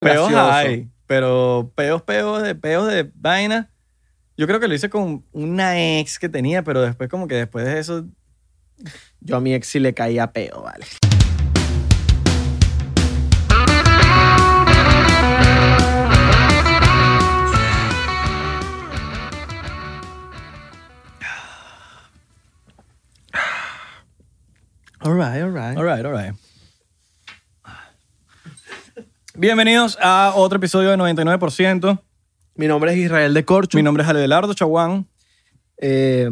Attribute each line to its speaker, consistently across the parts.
Speaker 1: Peos
Speaker 2: gracioso.
Speaker 1: hay, pero peos, peos de peos de vaina. Yo creo que lo hice con una ex que tenía, pero después como que después de eso
Speaker 2: Yo a mi ex sí le caía peo, vale. All right, all right.
Speaker 1: All right, all right. Bienvenidos a otro episodio de 99%.
Speaker 2: Mi nombre es Israel de Corcho.
Speaker 1: Mi nombre es Adelardo Chaguán.
Speaker 2: Eh,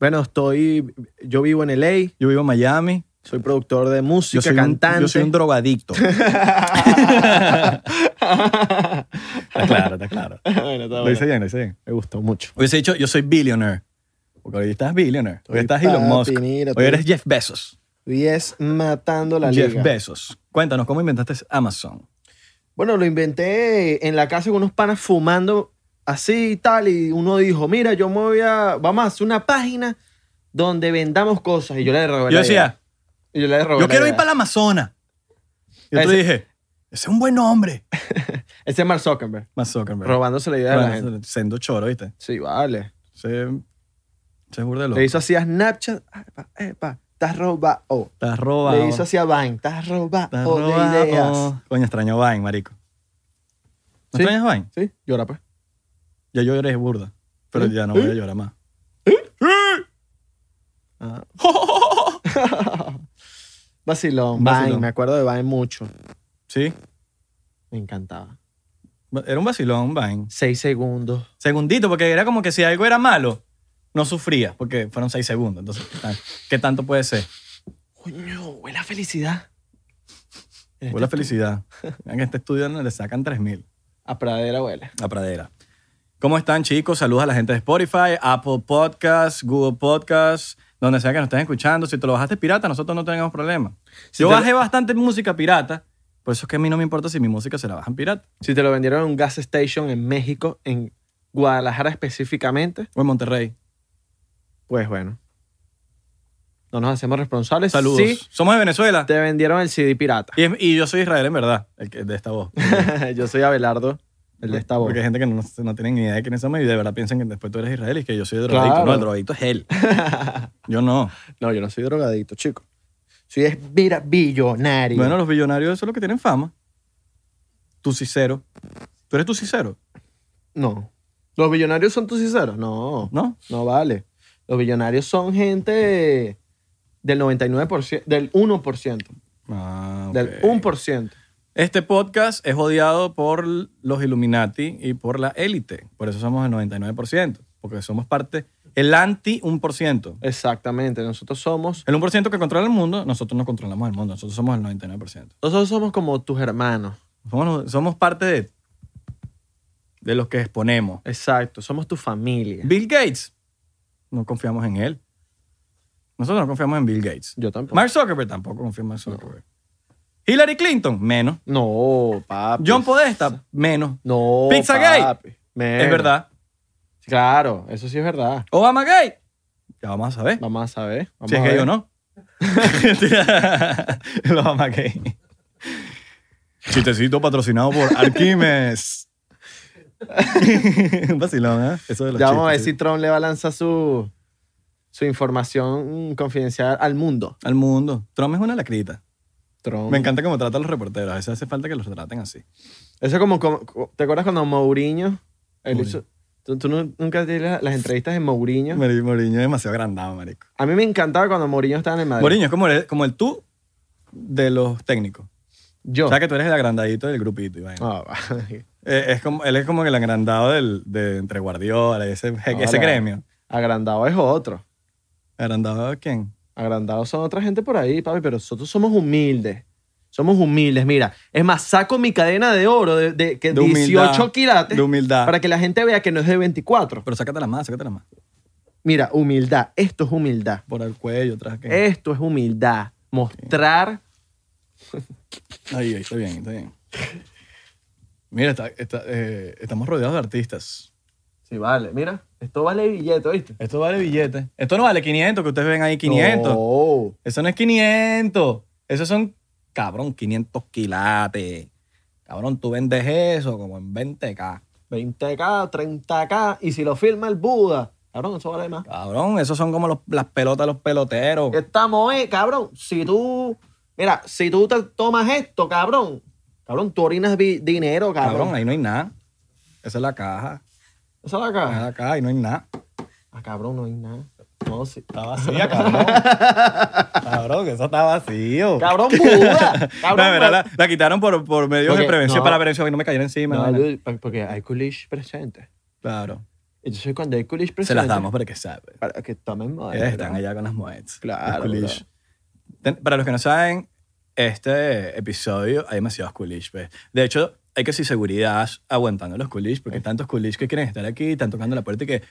Speaker 2: bueno, estoy. Yo vivo en LA,
Speaker 1: Yo vivo en Miami.
Speaker 2: soy productor de música,
Speaker 1: Yo soy, un,
Speaker 2: cantante.
Speaker 1: yo soy un drogadicto. está claro, está claro.
Speaker 2: Bueno, está
Speaker 1: Lo hice
Speaker 2: bueno.
Speaker 1: bien, lo hice bien.
Speaker 2: Me gustó mucho.
Speaker 1: Hubiese dicho, yo soy billionaire. Porque hoy estás billionaire. Hoy
Speaker 2: Oye,
Speaker 1: estás Elon
Speaker 2: papi,
Speaker 1: Musk.
Speaker 2: mira,
Speaker 1: Hoy
Speaker 2: tú-
Speaker 1: eres Jeff Bezos.
Speaker 2: 10 matando la
Speaker 1: Jeff
Speaker 2: liga.
Speaker 1: Bezos. Cuéntanos, ¿cómo inventaste Amazon?
Speaker 2: Bueno, lo inventé en la casa con unos panas fumando así y tal. Y uno dijo, mira, yo me voy a... Vamos a hacer una página donde vendamos cosas. Y yo le robé
Speaker 1: Yo
Speaker 2: la idea.
Speaker 1: decía,
Speaker 2: Y yo le robé
Speaker 1: yo
Speaker 2: la
Speaker 1: quiero
Speaker 2: idea.
Speaker 1: ir para la Amazona. Yo te
Speaker 2: Ese-
Speaker 1: dije, ese es un buen nombre.
Speaker 2: Ese es Mark Zuckerberg.
Speaker 1: Más Zuckerberg.
Speaker 2: Robándose la idea de la gente.
Speaker 1: Bueno, Sendo choro, ¿viste?
Speaker 2: Sí, vale.
Speaker 1: Se, se burda de loco.
Speaker 2: Le hizo así a Snapchat. Epa, epa, estás robado.
Speaker 1: Estás robado.
Speaker 2: Le hizo así a Vine. Estás
Speaker 1: Estás
Speaker 2: robado de ideas.
Speaker 1: robado. Coño, extraño Vine, marico. ¿No
Speaker 2: Sí.
Speaker 1: extrañas Vine?
Speaker 2: Sí, llora pues.
Speaker 1: Ya yo lloré burda. Pero
Speaker 2: ¿Eh?
Speaker 1: ya no voy a
Speaker 2: ¿Eh?
Speaker 1: llorar más.
Speaker 2: Ah. Vacilón. Vine,
Speaker 1: Vacilón.
Speaker 2: me acuerdo de Vine mucho.
Speaker 1: Sí.
Speaker 2: Me encantaba.
Speaker 1: Era un vacilón Vine.
Speaker 2: Seis segundos.
Speaker 1: Segundito, porque era como que si algo era malo, no sufría, porque fueron seis segundos. Entonces, ¿qué, tan- qué tanto puede ser?
Speaker 2: Este Coño, huele a felicidad. Este,
Speaker 1: Fue la felicidad. En este estudio le sacan 3.000
Speaker 2: A pradera huele.
Speaker 1: a pradera. ¿Cómo están, chicos? Saludos a la gente de Spotify, Apple Podcasts, Google Podcasts, donde sea que nos estén escuchando. Si te lo bajaste pirata, nosotros no tenemos problema.
Speaker 2: Si
Speaker 1: Yo
Speaker 2: te-
Speaker 1: bajé bastante música pirata, por eso es que a mí no me importa si mi música se la bajan pirata.
Speaker 2: Si te lo vendieron en un gas station en México, en Guadalajara específicamente,
Speaker 1: O en Monterrey.
Speaker 2: pues bueno. No nos hacemos responsables.
Speaker 1: Saludos.
Speaker 2: Sí,
Speaker 1: Somos de Venezuela.
Speaker 2: te vendieron el CD pirata.
Speaker 1: Y, es- y yo soy Israel, en verdad, el que- de esta voz.
Speaker 2: Yo soy Abelardo, el de esta voz.
Speaker 1: Porque hay gente que no, no tiene ni idea de quiénes somos y de verdad piensan que después tú eres israelí y que yo soy drogadicto.
Speaker 2: Claro.
Speaker 1: No, el drogadicto es él. Yo no.
Speaker 2: No, yo no soy drogadito, chico. Soy es mira, billonario.
Speaker 1: Bueno, los billonarios, eso es lo que tienen fama. Tu cicero. Tú eres tu cicero,
Speaker 2: no. ¿Los billonarios son tus sinceros? No,
Speaker 1: ¿no?
Speaker 2: no vale. Los billonarios son gente del 99%, del 1%,
Speaker 1: Ah, ok.
Speaker 2: del 1%.
Speaker 1: Este podcast es odiado por los Illuminati y por la élite. Por eso somos el 99%. Porque somos parte, el anti 1%.
Speaker 2: Exactamente, nosotros somos,
Speaker 1: El 1% que controla el mundo, nosotros no controlamos el mundo. Nosotros somos el 99%.
Speaker 2: nosotros somos como tus hermanos.
Speaker 1: Somos, somos parte de, de los que exponemos.
Speaker 2: Exacto, somos tu familia.
Speaker 1: Bill Gates. No confiamos en él. Nosotros no confiamos en Bill Gates.
Speaker 2: Yo tampoco.
Speaker 1: Mark Zuckerberg tampoco confía en Mark Zuckerberg. Hillary Clinton, menos.
Speaker 2: no, papi.
Speaker 1: John Podesta, menos.
Speaker 2: No,
Speaker 1: Pizzagate.
Speaker 2: papi. Menos.
Speaker 1: Es verdad.
Speaker 2: Claro, eso sí es verdad.
Speaker 1: Obama gay. Ya vamos a saber
Speaker 2: Vamos a saber. vamos
Speaker 1: si es
Speaker 2: a
Speaker 1: gay
Speaker 2: ver.
Speaker 1: o no. El Obama gay. Chistecito patrocinado por Arquimes. Un vacilón, ¿eh? Eso de los
Speaker 2: Ya vamos a ver
Speaker 1: chistes,
Speaker 2: si Trump le va a lanzar su, su información confidencial al mundo.
Speaker 1: sí. Al mundo. Trump es una lacrita.
Speaker 2: Trump.
Speaker 1: Me encanta cómo trata a los reporteros. A veces hace falta que los traten así.
Speaker 2: Eso es como, como- ¿Te acuerdas cuando Mourinho? él
Speaker 1: Mourinho.
Speaker 2: hizo- ¿tú, tú nu- nunca te las, las entrevistas de Mourinho?
Speaker 1: Mari- Mourinho es demasiado agrandado, marico.
Speaker 2: A mí me encantaba cuando Mourinho estaba en el Madrid.
Speaker 1: Mourinho es como el, como el tú de los técnicos.
Speaker 2: Yo.
Speaker 1: O sea que tú eres el agrandadito del grupito, y vaina.
Speaker 2: Ah, va.
Speaker 1: Eh, es como, él es como el agrandado del, de entre Guardiola, y ese, ese
Speaker 2: Ahora.
Speaker 1: gremio.
Speaker 2: Agrandado es otro.
Speaker 1: ¿Agrandado de quién?
Speaker 2: Agrandados son otra gente por ahí, papi, pero nosotros somos humildes. Somos humildes, mira. Es más, saco mi cadena de oro de, de- que
Speaker 1: De
Speaker 2: 18
Speaker 1: humildad,
Speaker 2: quilates
Speaker 1: De humildad.
Speaker 2: para que la gente vea que no es de 24.
Speaker 1: Pero sácatela más, sácatela más.
Speaker 2: Mira, humildad. Esto es humildad.
Speaker 1: Por el cuello, atrás. que-
Speaker 2: Esto es humildad. Mostrar.
Speaker 1: Ahí, ahí, está bien, está bien. Mira, está- está, eh, estamos rodeados de artistas.
Speaker 2: Sí, vale. Mira, esto vale billete, ¿viste?
Speaker 1: Esto vale billete. Esto no vale 500, que ustedes ven ahí 500.
Speaker 2: No.
Speaker 1: Eso no es 500. Esos son, cabrón, 500 quilates. Cabrón, tú vendes eso como en 20K.
Speaker 2: 20K, 30K. Y si lo firma el Buda, cabrón, eso vale más.
Speaker 1: Cabrón, esos son como los- las pelotas de los peloteros.
Speaker 2: Estamos, eh, cabrón. Si tú, mira, si tú te tomas esto, cabrón, cabrón, tú orinas vi- dinero, cabrón.
Speaker 1: Cabrón, eh. ahí no hay nada. Esa es la caja.
Speaker 2: Eso es
Speaker 1: Esa es
Speaker 2: acá.
Speaker 1: la caja y no hay nada.
Speaker 2: Ah, cabrón, no hay nada. No, sí.
Speaker 1: Está vacía, cabrón. cabrón, que eso está vacío.
Speaker 2: Cabrón, Buda. Cabrón,
Speaker 1: la, verdad, la, la quitaron por, por medio
Speaker 2: Porque-
Speaker 1: de prevención
Speaker 2: no.
Speaker 1: para prevención y no me cayera encima.
Speaker 2: No,
Speaker 1: ¿vale?
Speaker 2: dude, pa- porque hay coolish presente.
Speaker 1: Claro.
Speaker 2: Entonces, cuando hay coolish presente.
Speaker 1: Se las damos para que sepan.
Speaker 2: Para que tomen madera.
Speaker 1: Ellas están allá con las moeds.
Speaker 2: Claro,
Speaker 1: Los coolish. Ten- Para los que no saben, este episodio hay demasiados coolish. pues. De hecho, hay que sin seguridad aguantando los coolish, porque hay tantos coolish que quieren estar aquí, están tocando la puerta y que.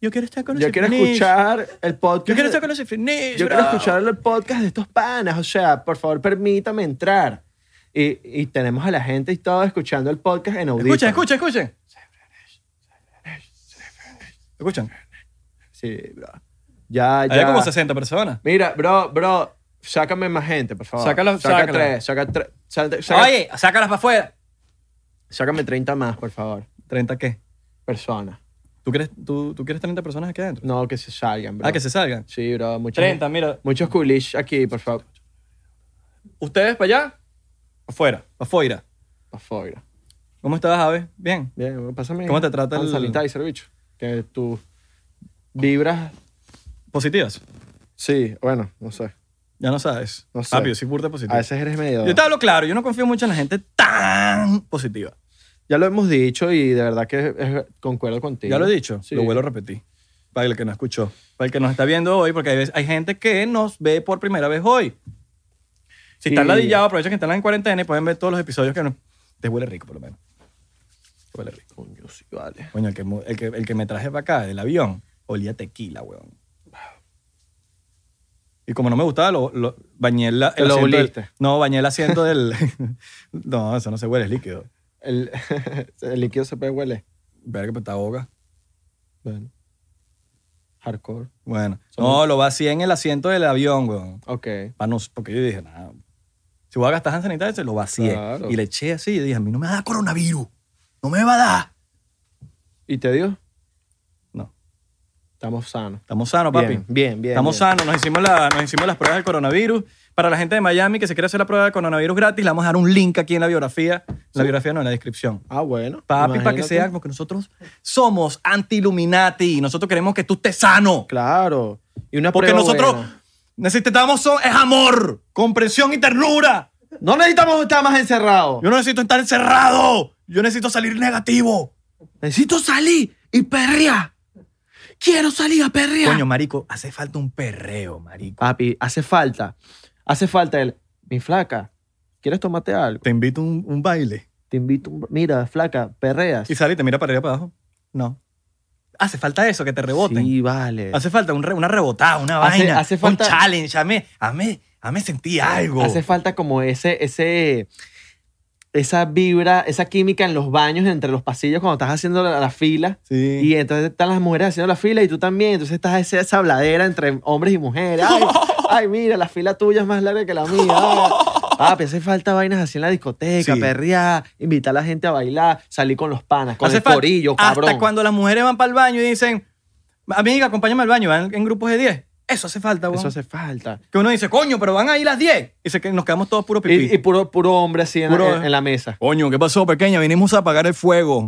Speaker 1: Yo quiero estar con los
Speaker 2: Yo quiero
Speaker 1: Ifrinish.
Speaker 2: escuchar el podcast.
Speaker 1: Yo quiero estar con los Ifrinish,
Speaker 2: Yo quiero
Speaker 1: bro".
Speaker 2: escuchar el podcast de estos panas. O sea, por favor, permítame entrar. Y, y tenemos a la gente y todo escuchando el podcast en audio.
Speaker 1: Escuchen, escuchen, escuchen. Escuchan.
Speaker 2: Sí, bro. Ya, ya.
Speaker 1: Hay como 60 personas.
Speaker 2: Mira, bro, bro, sácame más gente, por favor.
Speaker 1: Sácalo,
Speaker 2: saca
Speaker 1: sácala.
Speaker 2: tres, saca tres. saca- saca-
Speaker 1: Oye, sácalas para afuera.
Speaker 2: Sácame 30 más, por favor.
Speaker 1: ¿30 qué?
Speaker 2: Personas.
Speaker 1: ¿Tú quieres, tú, tú quieres 30 personas aquí adentro?
Speaker 2: No, que se salgan, bro.
Speaker 1: Ah, que se salgan.
Speaker 2: Sí, bro, muchas
Speaker 1: 30, mira.
Speaker 2: Muchos coolish aquí, por favor.
Speaker 1: ¿Ustedes para allá? Afuera, afuera.
Speaker 2: Afuera.
Speaker 1: ¿Cómo estás, Ave? Bien.
Speaker 2: Bien, pásame.
Speaker 1: ¿Cómo te trata el-
Speaker 2: hand sanitizer, bicho? Que tú vibras.
Speaker 1: ¿Positivas?
Speaker 2: Sí, bueno, no sé.
Speaker 1: Ya no sabes.
Speaker 2: No sé. Ah,
Speaker 1: Papi, yo soy burda
Speaker 2: A
Speaker 1: positiva.
Speaker 2: veces eres medio.
Speaker 1: Yo te hablo claro, yo no confío mucho en la gente tan positiva.
Speaker 2: Ya lo hemos dicho y de verdad que es- concuerdo contigo.
Speaker 1: Ya lo he dicho,
Speaker 2: Sí.
Speaker 1: lo vuelvo a repetir. Para el que no escuchó, para el que nos está viendo hoy, porque hay, veces- hay gente que nos ve por primera vez hoy. Si están
Speaker 2: Y-
Speaker 1: ladillados, aprovechen que están en cuarentena y pueden ver todos los episodios que no. Te huele rico, por lo menos. Te huele rico.
Speaker 2: Coño, sí, vale.
Speaker 1: Coño, el que, mu- el que, el que me traje para acá del avión olía tequila, weón. Y como no me gustaba, lo, lo- bañé la,
Speaker 2: Te lo
Speaker 1: asiento del-
Speaker 2: oliste.
Speaker 1: No, bañé el asiento del... no, eso no se huele, es líquido.
Speaker 2: El, el líquido se puede huele.
Speaker 1: Verga, pues, pero te ahoga.
Speaker 2: Bueno. Hardcore.
Speaker 1: Bueno.
Speaker 2: Son-
Speaker 1: No, lo vacié en el asiento del avión, weón.
Speaker 2: Ok.
Speaker 1: Pa' no- porque yo dije, nada. Si voy a gastar hand sanitizer, se lo vacié.
Speaker 2: Claro.
Speaker 1: Y le eché así y dije, a mí no me da coronavirus. No me va a dar.
Speaker 2: ¿Y te dio?
Speaker 1: No.
Speaker 2: Estamos sanos.
Speaker 1: Estamos sanos, papi.
Speaker 2: Bien, bien, bien.
Speaker 1: Estamos
Speaker 2: bien.
Speaker 1: sanos, nos hicimos, la- nos hicimos las pruebas del coronavirus. Para la gente de Miami que se quiere hacer la prueba del coronavirus gratis, le vamos a dar un link aquí en la biografía. En la biografía no, en la descripción.
Speaker 2: Ah, bueno.
Speaker 1: Papi, para que
Speaker 2: imagínate.
Speaker 1: sea, porque nosotros somos anti-Illuminati. Nosotros queremos que tú estés sano.
Speaker 2: Claro. Y una
Speaker 1: Porque
Speaker 2: prueba
Speaker 1: nosotros
Speaker 2: buena.
Speaker 1: necesitamos so- es amor, comprensión y ternura.
Speaker 2: No necesitamos estar más encerrados.
Speaker 1: Yo no necesito estar encerrado. Yo necesito salir negativo.
Speaker 2: Necesito salir y perrear. Quiero salir a perrear.
Speaker 1: Coño, marico, hace falta un perreo, marico.
Speaker 2: Papi, hace falta. Hace falta el. Mi flaca, ¿quieres tomarte algo?
Speaker 1: Te invito a un, un baile.
Speaker 2: Te invito. un- Mira, flaca, perreas.
Speaker 1: Y sale y te mira para arriba para abajo. No. Hace falta eso, que te reboten.
Speaker 2: Sí, vale. Hace,
Speaker 1: Hace falta un re- una rebotada, una
Speaker 2: Hace-
Speaker 1: vaina,
Speaker 2: hace falta-
Speaker 1: un challenge. Hazme, hazme, hazme sentir algo.
Speaker 2: falta como ese, ese. Esa vibra, esa química en los baños, entre los pasillos, cuando estás haciendo la, la fila.
Speaker 1: Sí.
Speaker 2: Y entonces están las mujeres haciendo la fila y tú también. Entonces estás esa, esa habladera entre hombres y mujeres. Ay, ay, mira, la fila tuya es más larga que la mía. Ah, hace falta vainas así en la discoteca,
Speaker 1: Sí.
Speaker 2: perrear, invitar a la gente a bailar, salir con los panas, con
Speaker 1: Hace
Speaker 2: el
Speaker 1: falta-
Speaker 2: corillo, cabrón.
Speaker 1: Hasta cuando las mujeres van para el baño y dicen, amiga, acompáñame al baño, van en grupos de 10. Eso hace falta, weón.
Speaker 2: Eso hace falta.
Speaker 1: Que uno dice, coño, pero van ahí las 10. Y se que nos quedamos todos puros pipí.
Speaker 2: Y, y puro, puro hombre así en,
Speaker 1: Puro-
Speaker 2: en- en la mesa.
Speaker 1: Coño, ¿qué pasó, pequeña? Vinimos a apagar el fuego.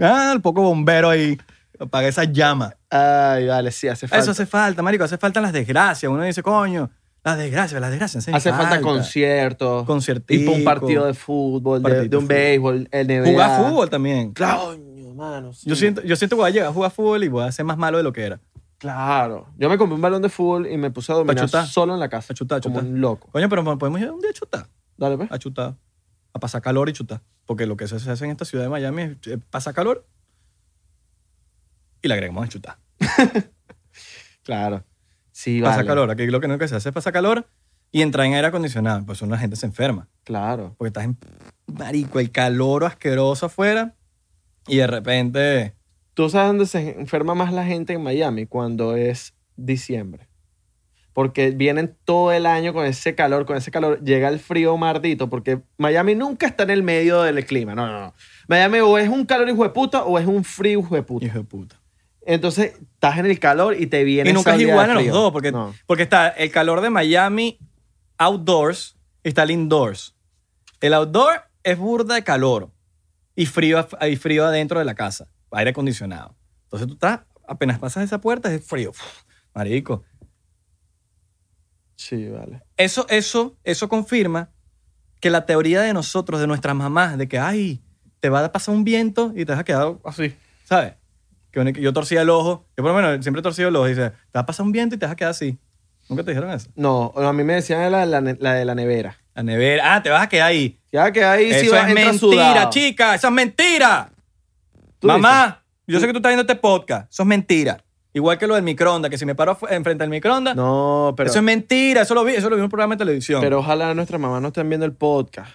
Speaker 1: ah, el poco bombero ahí. Apaga esa llama.
Speaker 2: Ay, vale, sí, hace falta.
Speaker 1: Eso hace falta, marico. Hace falta las desgracias. Uno dice, coño, las desgracias, las desgracias. hacen
Speaker 2: Hace falta, conciertos.
Speaker 1: Conciertico.
Speaker 2: Y pa' un partido de fútbol, de-
Speaker 1: Partido
Speaker 2: de,
Speaker 1: de
Speaker 2: un
Speaker 1: fútbol.
Speaker 2: béisbol, el NBA.
Speaker 1: Jugar fútbol también.
Speaker 2: Claro, mano. sí.
Speaker 1: Yo siento, yo siento que voy a llegar a jugar fútbol y voy a ser más malo de lo que era.
Speaker 2: Claro. Yo me compré un balón de fútbol y me puse a dominar
Speaker 1: chutar.
Speaker 2: solo en la casa.
Speaker 1: A chutar, a
Speaker 2: como
Speaker 1: chutar.
Speaker 2: un loco.
Speaker 1: Coño, pero podemos ir un día a chutar.
Speaker 2: Dale, pues.
Speaker 1: A chutar. A pasar calor y chutar. Porque lo que se hace en esta ciudad de Miami es eh, pasa calor y le agregamos a chutar.
Speaker 2: Claro. Sí,
Speaker 1: Pasa
Speaker 2: vale.
Speaker 1: calor. Aquí lo que no que se hace es pasar calor y entrar en aire acondicionado. Pues una gente se enferma.
Speaker 2: Claro.
Speaker 1: porque estás en marico, el calor asqueroso afuera y de repente
Speaker 2: ¿Tú sabes dónde se enferma más la gente en Miami? Cuando es diciembre. porque vienen todo el año con ese calor, con ese calor, llega el frío mardito, porque Miami nunca está en el medio del clima, no, no, no. Miami o es un calor hijo de puta o es un frío hijo de puta.
Speaker 1: Hijo de puta.
Speaker 2: Entonces estás en el calor y te viene
Speaker 1: Y nunca
Speaker 2: esa
Speaker 1: es
Speaker 2: oleada
Speaker 1: igual
Speaker 2: de
Speaker 1: a los
Speaker 2: frío.
Speaker 1: dos, porque,
Speaker 2: No.
Speaker 1: porque está el calor de Miami outdoors y está el indoors. El outdoor es burda de calor y frío, af- hay frío adentro de la casa, aire acondicionado. Entonces tú estás, apenas pasas esa puerta, es frío. Uf, marico.
Speaker 2: Sí, vale.
Speaker 1: Eso, eso, eso confirma que la teoría de nosotros, de nuestras mamás, de que, ay, te va a pasar un viento y te vas a quedar así, ¿sabes? Que uno- que yo torcía el ojo, yo por lo menos siempre he torcido el ojo, y dice, te va a pasar un viento y te vas a quedar así. ¿Nunca te dijeron eso?
Speaker 2: No, a mí me decían la, la, la de la nevera.
Speaker 1: La nevera, ah, te vas a quedar ahí.
Speaker 2: Ya que ahí sí
Speaker 1: eso
Speaker 2: va,
Speaker 1: es
Speaker 2: entra
Speaker 1: mentira,
Speaker 2: sudado.
Speaker 1: chica, eso es mentira.
Speaker 2: ¿Tú
Speaker 1: Mamá, yo sé que tú estás viendo este podcast, eso es mentira. Igual que lo del microondas, que si me paro afu- enfrente al microondas,
Speaker 2: No, pero,
Speaker 1: eso es mentira, eso lo vi, eso lo vi en un programa de televisión.
Speaker 2: pero ojalá nuestras mamás no estén viendo el podcast.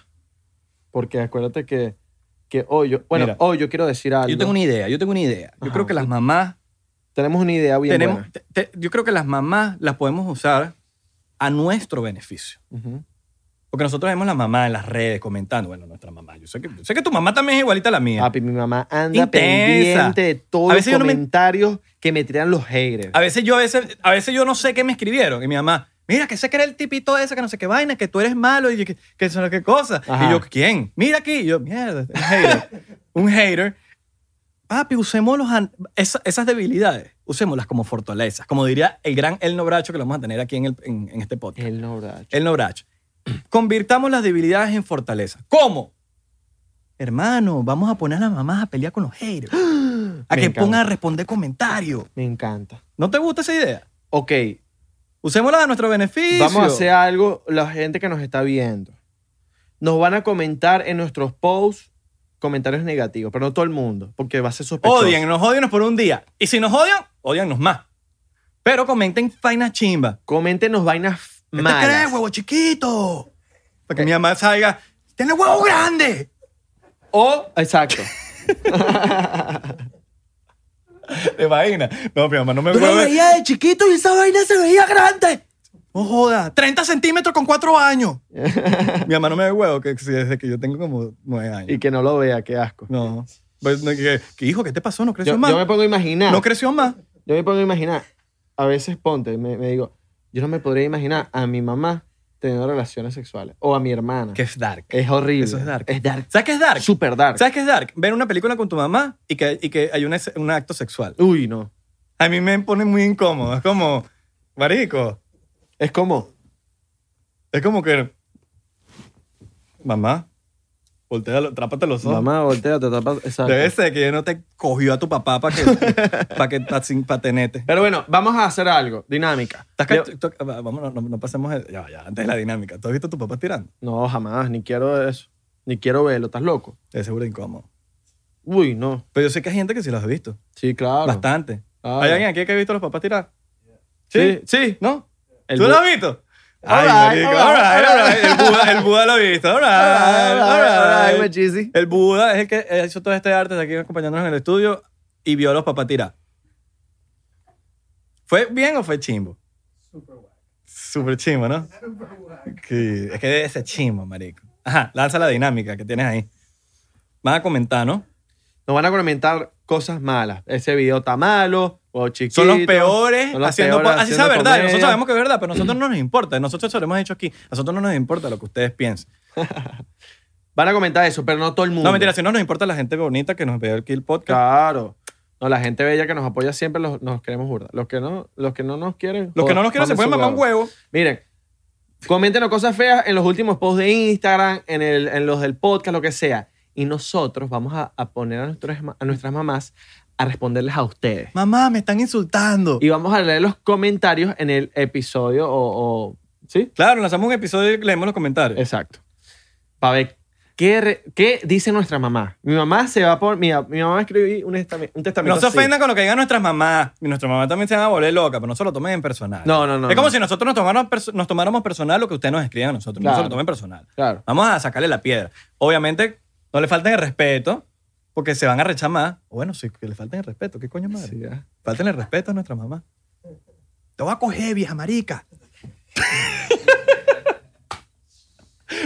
Speaker 2: Porque acuérdate que, que hoy yo, bueno,
Speaker 1: Mira.
Speaker 2: hoy yo quiero decir algo.
Speaker 1: yo tengo una idea, yo tengo una idea. Yo
Speaker 2: Ajá.
Speaker 1: creo que las mamás
Speaker 2: Tenemos una idea bien
Speaker 1: tenemos,
Speaker 2: buena.
Speaker 1: te- te- yo creo que las mamás las podemos usar a nuestro beneficio.
Speaker 2: Ujú.
Speaker 1: Porque nosotros vemos las mamás en las redes comentando, bueno, nuestra mamá. Yo sé que, yo sé que tu mamá también es igualita a la mía.
Speaker 2: Papi, mi mamá anda
Speaker 1: Intensa.
Speaker 2: pendiente de todos
Speaker 1: A
Speaker 2: los
Speaker 1: veces yo no me-
Speaker 2: comentarios que me tiran los haters.
Speaker 1: A veces yo a veces, a veces yo no sé qué me escribieron y mi mamá, mira que sé que era el tipito ese que no sé qué vaina, que tú eres malo y que, que eso no sé qué cosa.
Speaker 2: Ajá.
Speaker 1: Y yo, ¿quién? Mira aquí, Y yo, mierda, un hater. un hater. Papi, usémoslos an- esa- esas debilidades, usémoslas como fortalezas, como diría el gran Elno Bracho que lo vamos a tener aquí en, el- en- en este podcast.
Speaker 2: El no, bracho.
Speaker 1: El Nobracho. Convirtamos las debilidades en fortaleza. ¿Cómo? Hermano, vamos a poner a las mamás a pelear con los haters. A
Speaker 2: ¡Ah! Me
Speaker 1: que
Speaker 2: encanta.
Speaker 1: pongan a responder comentarios.
Speaker 2: Me encanta.
Speaker 1: ¿No te gusta esa idea?
Speaker 2: Ok,
Speaker 1: Usémosla a nuestro beneficio.
Speaker 2: vamos a hacer algo, la gente que nos está viendo. Nos van a comentar en nuestros posts comentarios negativos, pero no todo el mundo, porque va a ser sospechoso.
Speaker 1: Odien, nos odienos por un día. Y si nos odian, odiannos más. Pero comenten faina chimba.
Speaker 2: Coméntenos vainas
Speaker 1: ¿Qué te ¿Este crees,
Speaker 2: malas. Eh.
Speaker 1: huevo chiquito? Para que mi mamá salga, tiene huevo grande.
Speaker 2: O, exacto.
Speaker 1: De vaina. No, mi mamá no me
Speaker 2: Yo lo
Speaker 1: hueve.
Speaker 2: veía de chiquito y esa vaina se veía grande.
Speaker 1: No joda, 30 centímetros con 4 años. Mi mamá no me ve huevo que, si desde que yo tengo como 9 años.
Speaker 2: Y que no lo vea, qué asco.
Speaker 1: No. Pues, no, que, que, hijo, ¿qué te pasó? ¿No
Speaker 2: Yo,
Speaker 1: creció
Speaker 2: yo
Speaker 1: más?
Speaker 2: me pongo a imaginar.
Speaker 1: No creció más.
Speaker 2: Yo me pongo a imaginar. A veces ponte, me, me digo, yo no me podría imaginar a mi mamá teniendo relaciones sexuales o a mi hermana.
Speaker 1: Que es dark.
Speaker 2: Es horrible.
Speaker 1: Eso es dark.
Speaker 2: Es dark.
Speaker 1: ¿Sabes qué es dark?
Speaker 2: Super dark.
Speaker 1: ¿Sabes qué es dark? Ver una película con tu mamá y que, y que hay un, es- un acto sexual.
Speaker 2: Uy, no.
Speaker 1: A mí me pone muy incómodo. Es como, marico,
Speaker 2: Es como,
Speaker 1: es como que, mamá, voltea, trápate los ojos.
Speaker 2: mamá, voltea, te tapas. Exacto.
Speaker 1: Debe ser que no te cogió a tu papá para que, para que, pa' sin patenete.
Speaker 2: Pero bueno, vamos a hacer algo. Dinámica.
Speaker 1: ¿Estás ca-
Speaker 2: Yo-
Speaker 1: tú- tú- vamos, no, no- no pasemos. el- ya, ya, antes de la dinámica. ¿Tú has visto a tu papá tirando?
Speaker 2: No, jamás. Ni quiero eso. Ni quiero verlo. ¿Estás loco?
Speaker 1: Es seguro incómodo.
Speaker 2: Uy, no.
Speaker 1: Pero yo sé que hay gente que sí los ha visto.
Speaker 2: Sí, claro. Ah.
Speaker 1: Bastante.
Speaker 2: Claro.
Speaker 1: ¿Hay alguien aquí que ha visto a los papás tirar?
Speaker 2: Sí,
Speaker 1: ¿Sí?
Speaker 2: sí.
Speaker 1: ¿No?
Speaker 2: El
Speaker 1: ¿Tú
Speaker 2: bu-
Speaker 1: lo has visto?
Speaker 2: All
Speaker 1: Ay,
Speaker 2: right,
Speaker 1: marico.
Speaker 2: all
Speaker 1: All
Speaker 2: right,
Speaker 1: right,
Speaker 2: all
Speaker 1: all right. El Buda, el Buda lo ha visto. All right,
Speaker 2: Ah,
Speaker 1: all right.
Speaker 2: All right, my cheesy.
Speaker 1: El Buda es el que hizo todo este arte de aquí acompañándonos en el estudio y vio a los papás tirar. ¿Fue bien o fue chimbo? Súper chimbo, ¿no? Que- es que debe ser chimbo, marico. Ajá, lanza la dinámica que tienes ahí. Van a comentar, ¿no?
Speaker 2: Nos van a comentar cosas malas. Ese video está malo. O chiquito.
Speaker 1: Son los peores
Speaker 2: son los
Speaker 1: haciendo,
Speaker 2: peores
Speaker 1: po- así sea
Speaker 2: haciendo
Speaker 1: verdad.
Speaker 2: comedia.
Speaker 1: Nosotros sabemos que es verdad, pero a nosotros no nos importa. Nosotros se lo hemos dicho aquí. A nosotros no nos importa lo que ustedes piensen.
Speaker 2: Van a comentar eso, pero no todo el mundo.
Speaker 1: No, mentira, si no nos importa la gente bonita que nos ve aquí el podcast.
Speaker 2: Claro. No, la gente bella que nos apoya siempre los, nos queremos burda. Los que no, los que no nos quieren.
Speaker 1: Los que no nos quieren se pueden mamar un huevo.
Speaker 2: Miren, coméntenos cosas feas en los últimos posts de Instagram, en, el, en los del podcast, lo que sea. Y nosotros vamos a, a poner a, nuestros ma- a nuestras mamás a responderles a ustedes.
Speaker 1: Mamá, me están insultando.
Speaker 2: Y vamos a leer los comentarios en el episodio o... o- ¿Sí?
Speaker 1: Claro, lanzamos un episodio y leemos los comentarios.
Speaker 2: Exacto. Para ver qué, re- qué dice nuestra mamá. Mi mamá se va por... Mira, mi mamá escribió un, estami- un testamento
Speaker 1: no se
Speaker 2: así.
Speaker 1: ofendan con lo que digan nuestras mamás. Y nuestras mamás también se van a volver locas, pero no se lo tomen en personal.
Speaker 2: No, no, no,
Speaker 1: Es como
Speaker 2: no.
Speaker 1: si nosotros nos tomáramos, perso- nos tomáramos personal lo que ustedes nos escriban a nosotros. No se
Speaker 2: Claro.
Speaker 1: lo tomen personal.
Speaker 2: Claro.
Speaker 1: Vamos a sacarle la piedra. Obviamente, no le falten el respeto, porque se van a rechar más. Bueno, sí, que le falten el respeto. ¿Qué coño madre?
Speaker 2: Sí, ya.
Speaker 1: Falten el respeto a nuestra mamá. Te voy a coger, vieja marica.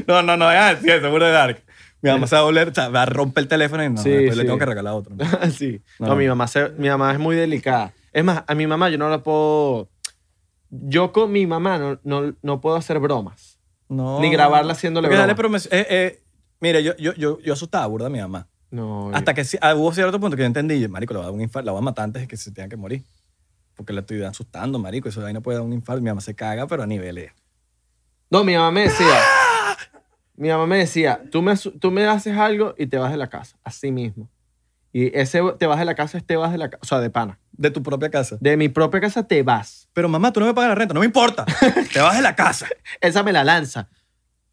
Speaker 1: No, no, no, es así, es seguro de Dark. Mi mamá se va a volver, o sea, va a romper el teléfono y no,
Speaker 2: Sí,
Speaker 1: después le
Speaker 2: sí.
Speaker 1: tengo que regalar otro. ¿no?
Speaker 2: sí.
Speaker 1: No,
Speaker 2: No,
Speaker 1: no.
Speaker 2: mi, mamá se- mi mamá es muy delicada. Es más, a mi mamá yo no la puedo... Yo con mi mamá no, no, no puedo hacer bromas.
Speaker 1: No.
Speaker 2: Ni grabarla haciéndole
Speaker 1: Porque dale,
Speaker 2: bromas.
Speaker 1: pero me- eh, eh, mira, yo, yo, yo, yo asustaba burda a mi mamá.
Speaker 2: No,
Speaker 1: Hasta que sí- ah, hubo cierto punto que yo entendí, yo, marico, le va a dar un infarto, la voy a matar antes de que se tenga que morir. Porque la estoy asustando, marico, eso de ahí no puede dar un infarto. Mi mamá se caga, pero a niveles.
Speaker 2: No, mi mamá me decía. mi mamá me decía, tú me, asu- tú me haces algo y te vas de la casa, así mismo. Y ese te vas de la casa es te vas de la casa, o sea, de pana.
Speaker 1: De tu propia casa.
Speaker 2: De mi propia casa te vas.
Speaker 1: Pero mamá, tú no me pagas la renta, no me importa. Te vas de la casa.
Speaker 2: Esa me la lanza.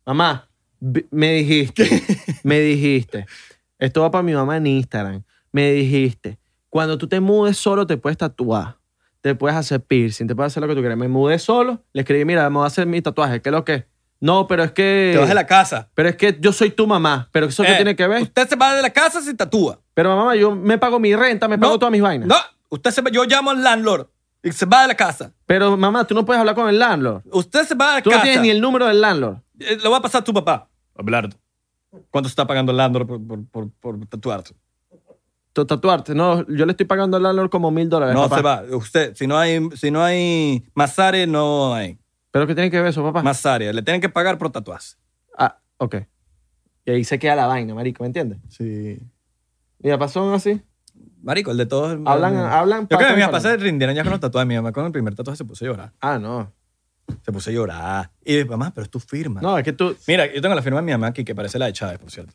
Speaker 2: Mamá, vi- me dijiste, me dijiste. Esto va para mi mamá en Instagram. Me dijiste, cuando tú te mudes solo te puedes tatuar. Te puedes hacer piercing, te puedes hacer lo que tú quieras. Me mudé solo, le escribí, mira, me voy a hacer mi tatuaje, ¿qué es lo que? es? No, pero es que...
Speaker 1: Te vas de la casa.
Speaker 2: Pero es que yo soy tu mamá. ¿Pero eso qué
Speaker 1: Eh,
Speaker 2: tiene que ver?
Speaker 1: Usted se va de la casa se tatúa.
Speaker 2: Pero mamá, yo me pago mi renta, me
Speaker 1: No,
Speaker 2: pago todas mis vainas.
Speaker 1: No, usted se va, yo llamo al landlord y se va de la casa.
Speaker 2: Pero mamá, tú no puedes hablar con el landlord.
Speaker 1: Usted se va de la
Speaker 2: Tú
Speaker 1: casa.
Speaker 2: no tienes ni el número del landlord.
Speaker 1: Eh, Lo va a pasar a tu papá. Abelardo. ¿Cuánto está pagando el landlord por, por, por, por tatuarte?
Speaker 2: Tu- Tatuarte. No, yo le estoy pagando al landlord como mil dólares.
Speaker 1: no
Speaker 2: papá.
Speaker 1: se va. Usted, si no hay, si no hay Masare, no hay.
Speaker 2: ¿Pero qué tiene que ver eso, papá?
Speaker 1: Masare. Le tienen que pagar por tatuarse.
Speaker 2: Ah, ok. Y ahí se queda la vaina, marico, ¿me entiendes?
Speaker 1: Sí.
Speaker 2: Mi papá son así.
Speaker 1: Marico, el de todos.
Speaker 2: Hablan, hablan.
Speaker 1: Yo creo que
Speaker 2: patas
Speaker 1: mi papá
Speaker 2: para-
Speaker 1: se rindieron ya con los tatuajes. Mi mamá con el primer tatuaje se puso a llorar.
Speaker 2: Ah, no.
Speaker 1: Se puso a llorar. Y mi mamá, pero es tu firma.
Speaker 2: No, es que tú...
Speaker 1: Mira, yo tengo la firma de mi mamá aquí, que parece la de Chávez, por cierto.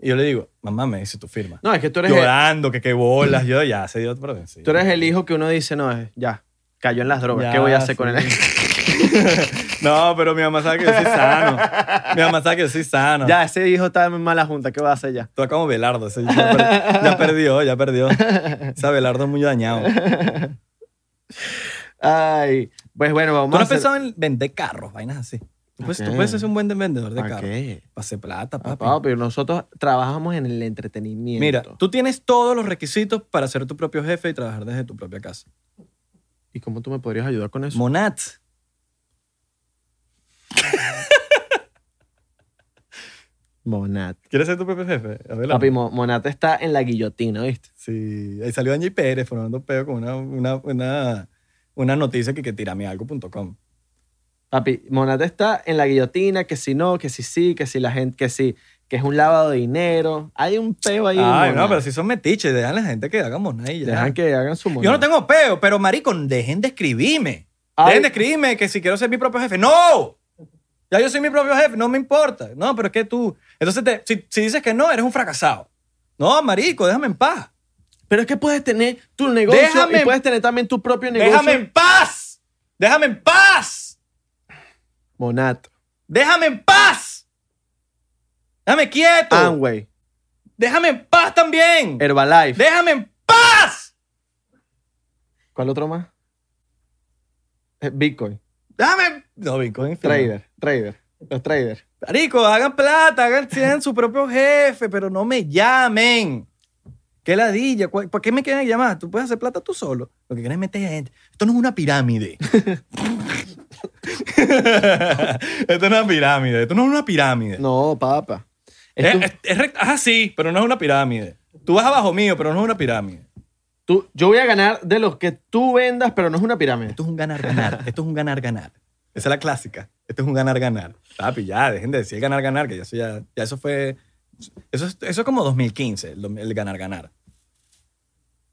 Speaker 1: Y yo le digo, mamá, me dice tu firma.
Speaker 2: No, es que tú eres, el,
Speaker 1: Llorando, que qué bolas. Yo ya se dio por vencido.
Speaker 2: tú eres el hijo que uno dice, no, eh, ya, cayó en las drogas.
Speaker 1: Ya,
Speaker 2: ¿Qué voy a hacer con
Speaker 1: sí.
Speaker 2: él?
Speaker 1: No, pero mi mamá sabe que yo soy sano. Mi mamá sabe que yo soy sano.
Speaker 2: ya, ese hijo está en mala junta. ¿Qué voy a hacer ya?
Speaker 1: Tú como Belardo. ese ya, per- ya perdió, ya perdió. Ese Belardo es muy dañado. ¿Tú
Speaker 2: Ay, pues bueno, vamos
Speaker 1: no
Speaker 2: a
Speaker 1: has
Speaker 2: hacer-
Speaker 1: pensado en vender carros, vainas así? Tú puedes, tú
Speaker 2: Ok.
Speaker 1: puedes ser un buen vendedor de
Speaker 2: ¿Para
Speaker 1: carros.
Speaker 2: qué?
Speaker 1: Para hacer plata,
Speaker 2: Ah,
Speaker 1: papi.
Speaker 2: papi, nosotros trabajamos en el entretenimiento.
Speaker 1: Mira, tú tienes todos los requisitos para ser tu propio jefe y trabajar desde tu propia casa.
Speaker 2: ¿Y cómo tú me podrías ayudar con eso?
Speaker 1: Monat.
Speaker 2: Monat.
Speaker 1: ¿Quieres ser tu propio jefe? Abelardo?
Speaker 2: Papi, Mo- Monat está en la guillotina, ¿viste?
Speaker 1: Sí, ahí salió Angie Pérez formando peo con una, una, una, una noticia que, que tiramialgo.com.
Speaker 2: Papi, Monat está en la guillotina, que si no, que si sí, que si la gente, que si, que es un lavado de dinero. Hay un peo ahí. en
Speaker 1: Ay, no,
Speaker 2: Monat.
Speaker 1: pero si son metiches, dejan a la gente que hagamos nada y ya.
Speaker 2: Dejan que hagan su Monat.
Speaker 1: Yo no tengo peo, pero marico, dejen de escribirme.
Speaker 2: Ay.
Speaker 1: Dejen de escribirme que si quiero ser mi propio jefe. ¡No! Ya yo soy mi propio jefe, no me importa. No, pero es que tú. Entonces, te- si, si dices que no, eres un fracasado. No, marico, déjame en paz.
Speaker 2: Pero es que puedes tener tu negocio
Speaker 1: Déjame-
Speaker 2: y puedes tener también tu propio negocio.
Speaker 1: ¡Déjame en paz! ¡Déjame en paz!
Speaker 2: Monat.
Speaker 1: ¡Déjame en paz! ¡Déjame quieto!
Speaker 2: Amway.
Speaker 1: ¡Déjame en paz también!
Speaker 2: Herbalife.
Speaker 1: ¡Déjame en paz!
Speaker 2: ¿Cuál otro más? Eh, Bitcoin.
Speaker 1: ¡Déjame en... No, Bitcoin. infinito.
Speaker 2: Trader. Trader. Los traders.
Speaker 1: Marico, hagan plata, hagan, sean su propio jefe, pero no me llamen. ¿Qué ladilla? ¿cuál- ¿Por qué me quieren llamar? Tú puedes hacer plata tú solo. Lo que quieren es meter gente. Esto no es una pirámide. esto no es una pirámide. Esto no es una pirámide.
Speaker 2: No, papá. Es
Speaker 1: es,
Speaker 2: tu-
Speaker 1: Eh, es- es rect- ajá, sí, pero no es una pirámide. Tú vas abajo mío, pero no es una pirámide.
Speaker 2: Tú- yo voy a ganar de los que tú vendas, pero no es una pirámide.
Speaker 1: Esto es un ganar-ganar. Esto es un ganar-ganar. Esa es la clásica. Esto es un ganar-ganar. Papi, ya, dejen de decir ganar-ganar, que ya eso, ya, ya eso fue... Eso es, eso es como 2015, el, dom- el ganar-ganar.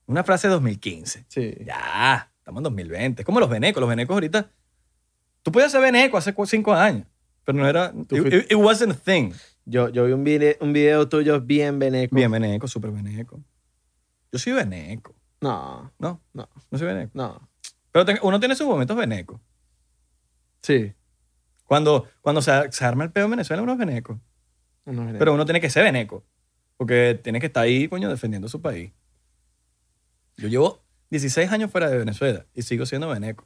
Speaker 1: Una frase de 2015.
Speaker 2: Sí.
Speaker 1: Ya, estamos en 2020. Es como los venecos. Los venecos ahorita... Tú podías ser veneco hace cu- cinco años, pero no era... It,
Speaker 2: fuiste-
Speaker 1: it- it wasn't a thing.
Speaker 2: Yo, yo vi un video, un video tuyo bien veneco.
Speaker 1: Bien veneco, súper veneco. Yo soy veneco.
Speaker 2: No,
Speaker 1: No,
Speaker 2: No.
Speaker 1: no soy veneco.
Speaker 2: no.
Speaker 1: Pero te- uno tiene sus momentos venecos.
Speaker 2: Sí.
Speaker 1: Cuando, cuando se, se arma el peo en Venezuela, uno es veneco.
Speaker 2: uno es veneco.
Speaker 1: Pero uno tiene que ser veneco. Porque tiene que estar ahí, coño, defendiendo su país. Yo llevo 16 años fuera de Venezuela y sigo siendo veneco.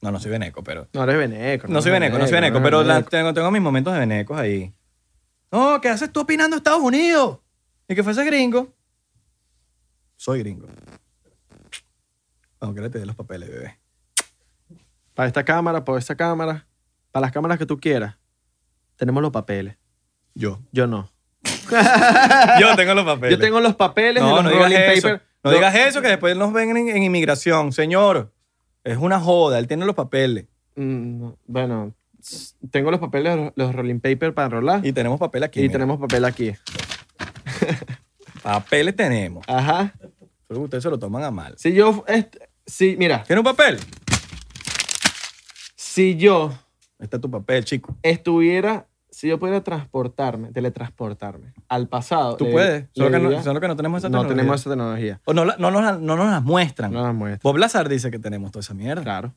Speaker 1: No, no soy veneco, pero.
Speaker 2: no eres veneco.
Speaker 1: No soy
Speaker 2: eres
Speaker 1: veneco, no soy veneco, pero
Speaker 2: eres
Speaker 1: la-
Speaker 2: veneco.
Speaker 1: tengo, tengo mis momentos de venecos ahí. No, ¿qué haces tú opinando de Estados Unidos? Y que fuese gringo. Soy gringo. Aunque le te dé los papeles, bebé.
Speaker 2: Para esta cámara, para esta cámara, para las cámaras que tú quieras. Tenemos los papeles.
Speaker 1: Yo.
Speaker 2: Yo no.
Speaker 1: Yo tengo los papeles.
Speaker 2: Yo tengo los papeles de
Speaker 1: No,
Speaker 2: los
Speaker 1: no digas
Speaker 2: rolling
Speaker 1: eso.
Speaker 2: papers.
Speaker 1: No digas eso, que después nos ven en, en inmigración. Señor, es una joda. Él tiene los papeles.
Speaker 2: Mm, bueno, s- tengo los papeles, los rolling papers para enrolar. Y,
Speaker 1: Y tenemos papel aquí. mira.
Speaker 2: tenemos papel aquí.
Speaker 1: Papeles tenemos.
Speaker 2: Ajá.
Speaker 1: Solo que ustedes se lo toman a mal.
Speaker 2: Si yo. este- si, mira,
Speaker 1: ¿Tiene un papel?
Speaker 2: si yo
Speaker 1: Ahí está tu papel, chico.
Speaker 2: estuviera. Si yo pudiera transportarme, teletransportarme al pasado.
Speaker 1: Tú
Speaker 2: le-
Speaker 1: puedes.
Speaker 2: le
Speaker 1: Solo que,
Speaker 2: diría-
Speaker 1: no, solo que no tenemos esa
Speaker 2: no
Speaker 1: tecnología.
Speaker 2: tenemos esa tecnología.
Speaker 1: O no, la- no nos, la- no nos las muestran.
Speaker 2: No la muestra.
Speaker 1: Bob Lazar dice que tenemos toda esa mierda.
Speaker 2: Claro.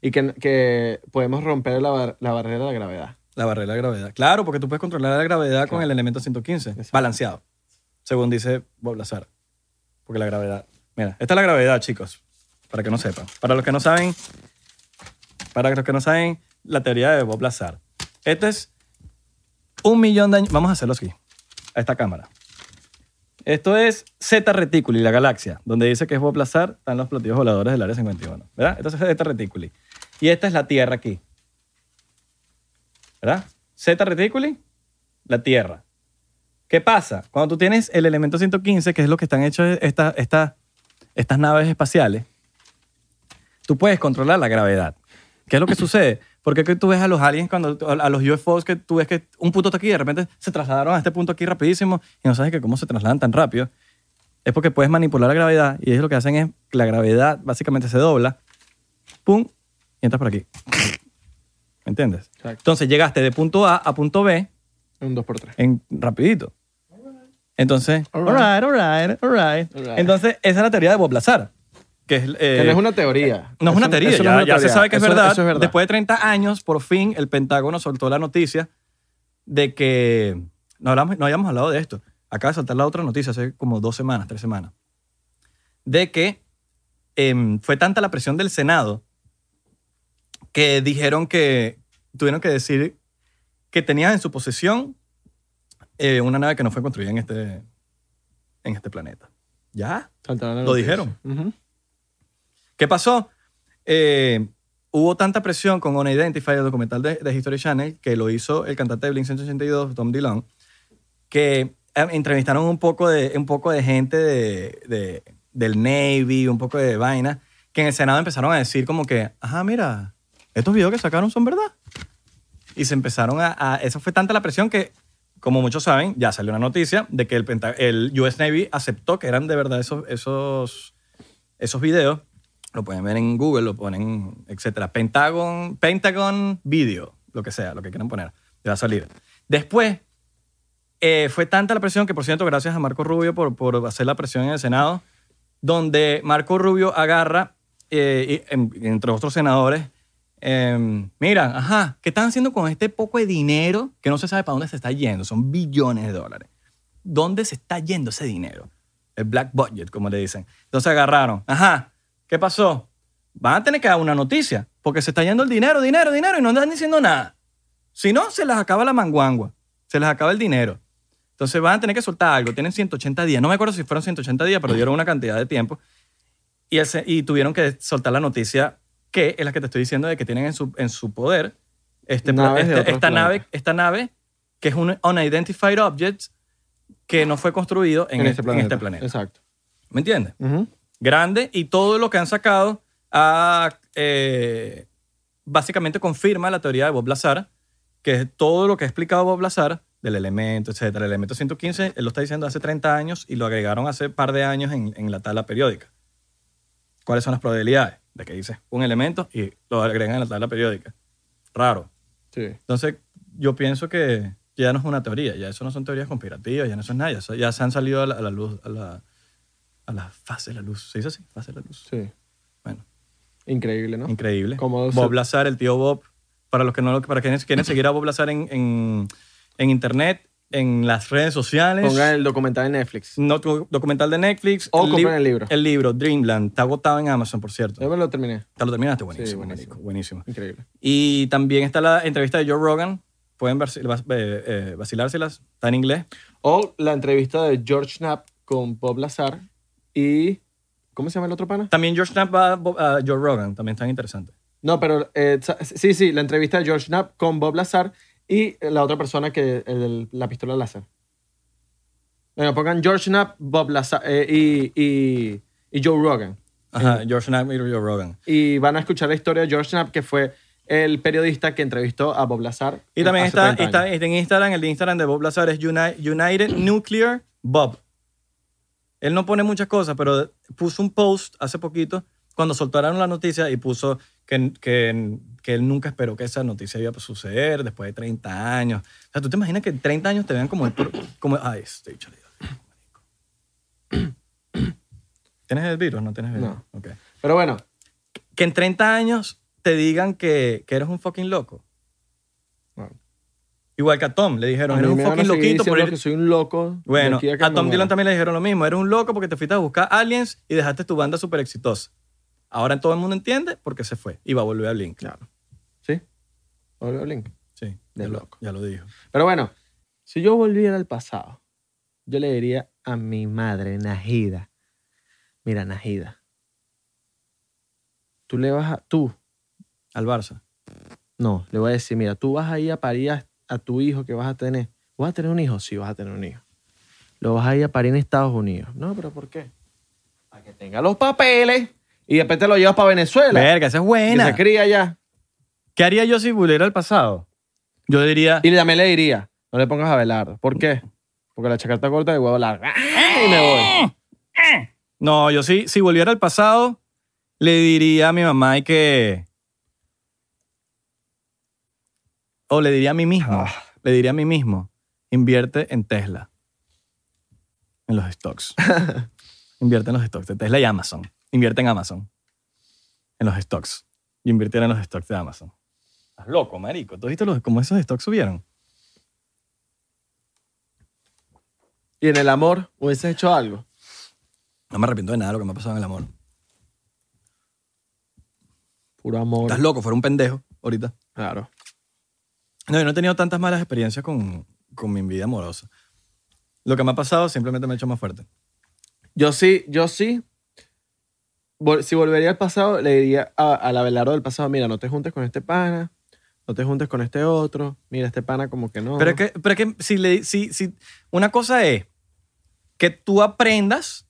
Speaker 2: Y que, que podemos romper la, bar- la barrera de la gravedad.
Speaker 1: La barrera de gravedad. Claro, porque tú puedes controlar la gravedad con
Speaker 2: Claro.
Speaker 1: el elemento 115.
Speaker 2: Exacto.
Speaker 1: Balanceado. Según dice Bob Lazar. Porque la gravedad. Mira, esta es la gravedad, chicos. Para que no sepan. Para los que no saben. Para los que no saben la teoría de Bob Lazar. Este es un millón de años. Vamos a hacerlo aquí. A esta cámara. Esto es Z Reticuli, la galaxia, donde dice que es Bob Lazar, están los platillos voladores del Área 51, ¿verdad? Entonces es Z Reticuli. Y esta es la Tierra aquí, ¿verdad? Z Reticuli, la Tierra. ¿Qué pasa? Cuando tú tienes el elemento 115, que es lo que están hechos estas- estas- estas naves espaciales, tú puedes controlar la gravedad. ¿Qué es lo que sucede? Porque que tú ves a los aliens, cuando, a los UFOs, que tú ves que un punto está aquí y de repente se trasladaron a este punto aquí rapidísimo y no sabes que cómo se trasladan tan rápido. Es porque puedes manipular la gravedad y ellos lo que hacen es que la gravedad básicamente se dobla, pum, y entras por aquí. ¿Me entiendes?
Speaker 2: Exacto.
Speaker 1: Entonces llegaste de punto A a punto B
Speaker 2: Un 2x3.
Speaker 1: en rapidito. Entonces,
Speaker 2: All
Speaker 1: alright,
Speaker 2: right.
Speaker 1: alright, alright.
Speaker 2: All right.
Speaker 1: Entonces, esa es la teoría de Bob Lazar. Que es, eh,
Speaker 2: que no es una teoría.
Speaker 1: no es
Speaker 2: Eso-
Speaker 1: una teoría,
Speaker 2: eso
Speaker 1: ya,
Speaker 2: no es una
Speaker 1: ya se
Speaker 2: teoría.
Speaker 1: sabe que es,
Speaker 2: Eso-
Speaker 1: verdad.
Speaker 2: eso es verdad.
Speaker 1: Después de 30 años, por fin, el Pentágono soltó la noticia de que no, hablamos, no habíamos hablado de esto. Acaba de saltar la otra noticia hace como dos semanas, tres semanas. De que em, fue tanta la presión del Senado que dijeron que tuvieron que decir que tenían en su posesión eh, una nave que no fue construida en este, en este planeta. ¿Ya?
Speaker 2: Saltaron la
Speaker 1: Lo
Speaker 2: noticia.
Speaker 1: dijeron.
Speaker 2: Ujú.
Speaker 1: ¿Qué pasó? Eh, hubo tanta presión con Unidentify, el documental de, de History Channel, que lo hizo el cantante de Blink-182, Tom DeLonge, que eh, entrevistaron un poco de, un poco de gente de, de- del Navy, un poco de vaina, que en el Senado empezaron a decir como que, ajá, mira, estos videos que sacaron son verdad. Y se empezaron a... a- eso fue tanta la presión que, como muchos saben, ya salió una noticia de que el, Penta- el US Navy aceptó que eran de verdad esos, esos, esos videos. Lo pueden ver en Google, lo ponen, etcétera. Pentagon, Pentagon Video, lo que sea, lo que quieran poner. Te va a salir. Después, eh, fue tanta la presión que, por cierto, gracias a Marco Rubio por, por hacer la presión en el Senado, donde Marco Rubio agarra, eh, y- en- entre otros senadores, em, mira, ajá, ¿qué están haciendo con este poco de dinero que no se sabe para dónde se está yendo? Son billones de dólares. ¿Dónde se está yendo ese dinero? El black budget, como le dicen. Entonces agarraron, ajá, ¿qué pasó? Van a tener que dar una noticia, porque se está yendo el dinero, dinero, dinero, y no andan diciendo nada. Si no, se les acaba la manguangua, se les acaba el dinero. Entonces van a tener que soltar algo. Tienen 180 días. No me acuerdo si fueron 180 días, pero dieron una cantidad de tiempo. Y, el se- y tuvieron que soltar la noticia que es la que te estoy diciendo de que tienen en su, en su poder este, pro-
Speaker 2: Naves de
Speaker 1: este-
Speaker 2: otros
Speaker 1: esta, nave,
Speaker 2: planetas.
Speaker 1: esta nave, que es un unidentified object que no fue construido en, este, en este planeta.
Speaker 2: Exacto.
Speaker 1: ¿Me entiendes?
Speaker 2: Ujú.
Speaker 1: grande y todo lo que han sacado ha, eh, básicamente confirma la teoría de Bob Lazar, que es todo lo que ha explicado Bob Lazar del elemento, etcétera. El elemento 115, él lo está diciendo hace 30 años y lo agregaron hace par de años en, en la tabla periódica. ¿Cuáles son las probabilidades? De que dices un elemento y lo agregan en la tabla periódica. Raro.
Speaker 2: Sí.
Speaker 1: Entonces, yo pienso que ya no es una teoría, ya eso no son teorías conspirativas, ya no son nada, ya, so- ya se han salido a la, a la luz, a la, a la fase de la luz. ¿Se dice así? Fase de la luz.
Speaker 2: Sí.
Speaker 1: Bueno,
Speaker 2: Increíble, ¿no?
Speaker 1: increíble.
Speaker 2: Como se-
Speaker 1: Bob Lazar, el tío Bob, para los que no lo- para quienes quieren seguir a Bob Lazar en, en, en internet, en las redes sociales.
Speaker 2: Pongan el documental en Netflix.
Speaker 1: no, tu- documental de Netflix.
Speaker 2: O
Speaker 1: lib-
Speaker 2: compren el libro.
Speaker 1: El libro, Dreamland. Está agotado en Amazon, por cierto.
Speaker 2: Yo me lo terminé.
Speaker 1: Te lo terminaste, buenísimo.
Speaker 2: buenísimo.
Speaker 1: marico, buenísimo.
Speaker 2: Increíble.
Speaker 1: Y también está la entrevista de Joe Rogan. Pueden vaci- vas- eh, eh, vacilárselas. Está en inglés.
Speaker 2: O la entrevista de George Knapp con Bob Lazar y... ¿Cómo se llama el otro pana?
Speaker 1: También George Knapp va a Bo- a Joe Rogan. También están interesantes.
Speaker 2: No, pero eh, sa- sí, sí, la entrevista de George Knapp con Bob Lazar y la otra persona que el del- la pistola láser. Bueno, pongan George Knapp, Bob Lazar eh, y, y, y Joe Rogan.
Speaker 1: Ajá, George Knapp y Joe Rogan.
Speaker 2: Y van a escuchar la historia de George Knapp, que fue el periodista que entrevistó a Bob Lazar.
Speaker 1: Y también
Speaker 2: hace
Speaker 1: está,
Speaker 2: 30
Speaker 1: está-
Speaker 2: años.
Speaker 1: está en Instagram, el de Instagram de Bob Lazar es Uni- United Nuclear Bob. Él no pone muchas cosas, pero puso un post hace poquito cuando soltaron la noticia y puso que, que, que él nunca esperó que esa noticia iba a suceder después de 30 años. O sea, ¿tú te imaginas que en 30 años te vean como... el pro- como ay, estoy chaleado. ¿Tienes el virus? No tienes virus.
Speaker 2: No.
Speaker 1: Ok.
Speaker 2: Pero bueno,
Speaker 1: Que en 30 años te digan que, que eres un fucking loco.
Speaker 2: Bueno.
Speaker 1: Igual que a Tom, le dijeron,
Speaker 2: a mí
Speaker 1: eres un
Speaker 2: me van a
Speaker 1: fucking
Speaker 2: seguir
Speaker 1: loquito por
Speaker 2: diciendo
Speaker 1: ir-
Speaker 2: que soy un loco. de
Speaker 1: Bueno,
Speaker 2: aquí que
Speaker 1: a
Speaker 2: me
Speaker 1: Tom
Speaker 2: muera.
Speaker 1: Dylan también le dijeron lo mismo, eres un loco porque te fuiste a buscar aliens y dejaste tu banda súper exitosa. Ahora todo el mundo entiende por qué se fue y va a volver a Blink.
Speaker 2: Claro. ¿Sí? Volvió Blink.
Speaker 1: Sí,
Speaker 2: De
Speaker 1: ya lo-
Speaker 2: loco.
Speaker 1: ya lo dijo.
Speaker 2: Pero bueno, si yo volviera al pasado, yo le diría a mi madre, Najida, mira, Najida, tú le vas a, tú,
Speaker 1: Al Barça.
Speaker 2: no, le voy a decir, mira, tú vas a ir a parir a, a tu hijo que vas a tener. ¿Vas a tener un hijo? Sí, vas a tener un hijo. Lo vas a ir a parir en Estados Unidos. No, pero ¿por qué? Para que tenga los papeles y después te lo llevas para Venezuela.
Speaker 1: Verga, esa es
Speaker 2: Que se
Speaker 1: buena.
Speaker 2: cría allá.
Speaker 1: ¿Qué haría yo si volviera al pasado? Yo diría,
Speaker 2: Y también le diría, no le pongas a velar. ¿Por qué? Porque la chacarta corta de huevo largo. Y me voy.
Speaker 1: No, yo sí, si volviera al pasado, le diría a mi mamá y que. O le diría a mí mismo.
Speaker 2: Ah.
Speaker 1: Le diría a mí mismo. Invierte en Tesla. En los stocks. invierte en los stocks de Tesla y Amazon. Invierte en Amazon. En los stocks. Yo invirtiera en los stocks de Amazon. Estás loco, marico. ¿Tú viste los, cómo esos stocks subieron?
Speaker 2: Y en el amor hubiese hecho algo.
Speaker 1: No me arrepiento de nada de lo que me ha pasado en el amor.
Speaker 2: Puro amor.
Speaker 1: Estás loco, fuera un pendejo ahorita.
Speaker 2: Claro.
Speaker 1: No, yo no he tenido tantas malas experiencias con, con mi vida amorosa. Lo que me ha pasado simplemente me ha hecho más fuerte.
Speaker 2: Yo sí, yo sí. vol- Si volvería al pasado, le diría a- al Abelardo del pasado, mira, no te juntes con este pana, no te juntes con este otro, mira, este pana como que no.
Speaker 1: Pero es que, pero es que si, le, si, si una cosa es que tú aprendas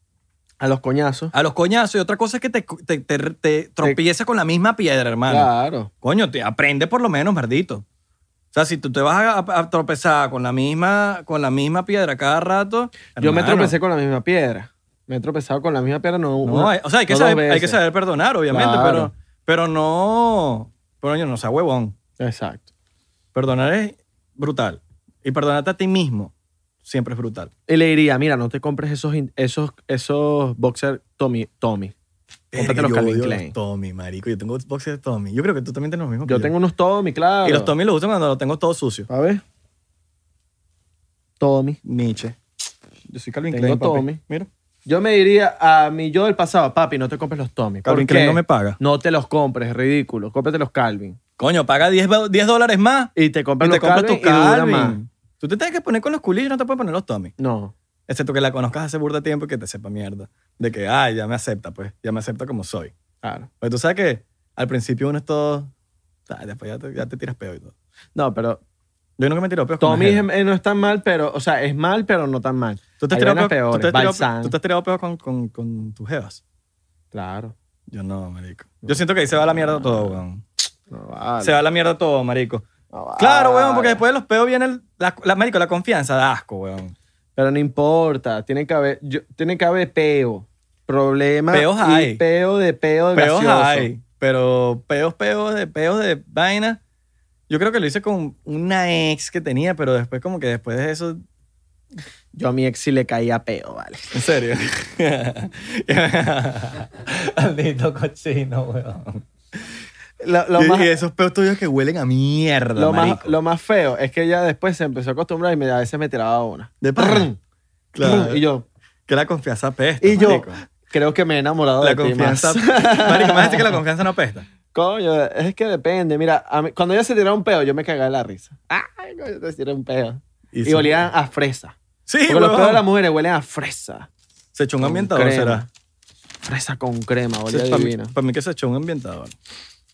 Speaker 2: A los coñazos.
Speaker 1: a los coñazos y otra cosa es que te, te, te- te tropieces con la misma piedra, hermano.
Speaker 2: Claro.
Speaker 1: Coño, te, aprende por lo menos, mardito. O sea, si tú te vas a, a tropezar con la misma, con la misma piedra cada rato.
Speaker 2: Yo me
Speaker 1: hermano,
Speaker 2: tropecé con la misma piedra. Me he tropezado con la misma piedra, no.
Speaker 1: No,
Speaker 2: una-
Speaker 1: hay- o sea, hay que,
Speaker 2: no dos
Speaker 1: saber, hay que
Speaker 2: veces.
Speaker 1: saber perdonar, obviamente,
Speaker 2: Claro.
Speaker 1: pero, pero no. Pero yo no sea huevón.
Speaker 2: Exacto.
Speaker 1: Perdonar es brutal. Y perdonarte a ti mismo siempre es brutal.
Speaker 2: Y le diría, mira, no te compres esos, in- esos, esos boxer Tommy. Tommy. Cómprate los
Speaker 1: Eh, yo
Speaker 2: Calvin
Speaker 1: odio
Speaker 2: Klein.
Speaker 1: los Tommy, marico. Yo tengo boxes de Tommy. Yo creo que tú también tienes los mismos.
Speaker 2: Yo
Speaker 1: que
Speaker 2: tengo unos Tommy, claro.
Speaker 1: Y los Tommy los uso cuando los tengo todos sucios.
Speaker 2: A ver. Tommy.
Speaker 1: Nietzsche. Yo soy Calvin
Speaker 2: Tengo
Speaker 1: Klein, papi.
Speaker 2: Tommy.
Speaker 1: Mira.
Speaker 2: Yo me diría a mi yo del pasado, papi, no te compres los Tommy. ¿Por
Speaker 1: Calvin
Speaker 2: qué?
Speaker 1: Klein no me paga.
Speaker 2: No te los compres, ridículo. Cómprate los Calvin.
Speaker 1: Coño, paga 10, ba- 10 dólares más
Speaker 2: Y te
Speaker 1: y
Speaker 2: compras
Speaker 1: te
Speaker 2: los
Speaker 1: compras
Speaker 2: Calvin,
Speaker 1: tu
Speaker 2: y dura más.
Speaker 1: Calvin. Tú te tienes que poner con los culillos, no te puedes poner los Tommy.
Speaker 2: No.
Speaker 1: Excepto que la conozcas hace burda tiempo y que te sepa mierda. De que, ay, ya me acepta, pues. Ya me acepta como soy.
Speaker 2: Claro.
Speaker 1: Pero tú sabes que al principio uno es todo... ah, después ya te, ya te tiras peo y todo.
Speaker 2: No, pero
Speaker 1: Yo nunca me tiro peos con
Speaker 2: Tommy
Speaker 1: Najera.
Speaker 2: es- eh, no es tan mal, pero, o sea, es mal, pero no tan mal.
Speaker 1: ¿Tú te has
Speaker 2: hay
Speaker 1: tirado
Speaker 2: vainas
Speaker 1: peos- tú te has
Speaker 2: peores,
Speaker 1: tirado-
Speaker 2: Balsam.
Speaker 1: tú te has tirado peos con, con, con tus jevas?
Speaker 2: Claro.
Speaker 1: Yo no, marico. Yo siento que ahí se va a la mierda todo, weón.
Speaker 2: No Ah, vale. Ah,
Speaker 1: Se va a la mierda todo, marico.
Speaker 2: No vale.
Speaker 1: Claro, weón, porque después de los peos viene el, la, la- marico, la confianza da asco, weón.
Speaker 2: Pero no importa, tiene que haber, yo- tiene que haber peo. Problema.
Speaker 1: Peos
Speaker 2: y
Speaker 1: hay.
Speaker 2: Peo de peo de
Speaker 1: Peos
Speaker 2: gaseoso.
Speaker 1: hay, pero peos, peos de peos de vaina. Yo creo que lo hice con una ex que tenía, pero después como que después de eso,
Speaker 2: Yo a mi ex sí le caía peo, vale.
Speaker 1: en serio. Maldito cochino, weón.
Speaker 2: Lo, lo
Speaker 1: y,
Speaker 2: más,
Speaker 1: y esos peos tuyos que huelen a mierda,
Speaker 2: lo, más,
Speaker 1: marico.
Speaker 2: lo más feo es que ella después se empezó a acostumbrar y me- a veces me tiraba una.
Speaker 1: De pana. Claro.
Speaker 2: Y yo,
Speaker 1: Que la confianza apesta.
Speaker 2: Y yo,
Speaker 1: marico.
Speaker 2: creo que me he enamorado
Speaker 1: La
Speaker 2: de ti
Speaker 1: confianza.
Speaker 2: más.
Speaker 1: Marico, me dice que la confianza no apesta.
Speaker 2: Coño, es que depende. Mira, a mí- cuando ella se tiraba un peo, yo me cagaba de la risa. Ay, coño, te tiré un peo. Y,
Speaker 1: sí.
Speaker 2: olían a fresa.
Speaker 1: Sí,
Speaker 2: Porque los
Speaker 1: huevón.
Speaker 2: peos de las mujeres huelen a fresa.
Speaker 1: Se echó un
Speaker 2: con
Speaker 1: ambientador,
Speaker 2: crema.
Speaker 1: será.
Speaker 2: Fresa con crema, olía
Speaker 1: para, mí,
Speaker 2: divino.
Speaker 1: pa' mí que se echó un ambientador.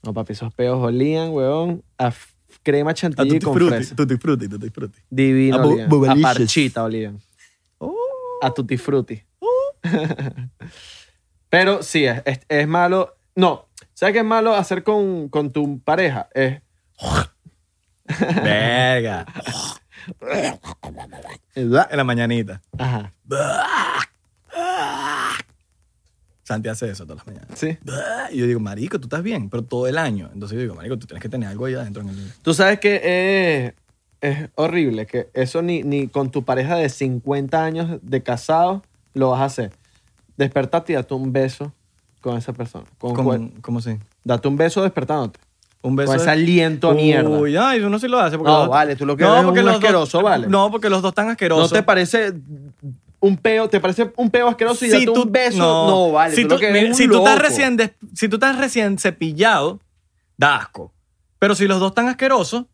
Speaker 2: No, papi, esos peos olían, weón, a f- crema
Speaker 1: A
Speaker 2: chantilly
Speaker 1: tutti
Speaker 2: con
Speaker 1: frutti,
Speaker 2: fresa.
Speaker 1: tutti frutti, tutti frutti.
Speaker 2: Divino
Speaker 1: A bu-
Speaker 2: olían. A
Speaker 1: bubalicious.
Speaker 2: parchita olían. A tutti frutti. Pero sí, es, es- es malo. No, ¿sabes qué es malo hacer con, con tu pareja? Es
Speaker 1: Verga. En la mañanita.
Speaker 2: Ajá.
Speaker 1: Santi hace eso todas las mañanas.
Speaker 2: Sí.
Speaker 1: Y yo digo, marico, tú estás bien, pero todo el año. Entonces yo digo, marico, tú tienes que tener algo ahí adentro en el...
Speaker 2: Tú sabes que es, es horrible, que eso ni, ni con tu pareja de 50 años de casado lo vas a hacer. Despertarte y date un beso con esa persona. Con, cual-
Speaker 1: ¿Cómo, cómo sí?
Speaker 2: date un beso despertándote.
Speaker 1: Un beso...
Speaker 2: con ese
Speaker 1: de-
Speaker 2: aliento a mierda.
Speaker 1: Uy, ay, uno sí lo hace. Porque
Speaker 2: No,
Speaker 1: los dos-
Speaker 2: vale, tú lo que eres es
Speaker 1: porque
Speaker 2: un
Speaker 1: los dos-
Speaker 2: asqueroso, vale.
Speaker 1: No, porque los dos están
Speaker 2: ¿No
Speaker 1: asquerosos.
Speaker 2: te parece un peo? ¿Te parece un peo asqueroso y
Speaker 1: Si
Speaker 2: date un beso? No, vale.
Speaker 1: Si
Speaker 2: tú
Speaker 1: tú,
Speaker 2: lo que eres
Speaker 1: mira,
Speaker 2: es un
Speaker 1: si tú estás
Speaker 2: loco.
Speaker 1: recién des- si tú estás recién cepillado, da asco. Pero si los dos están asquerosos,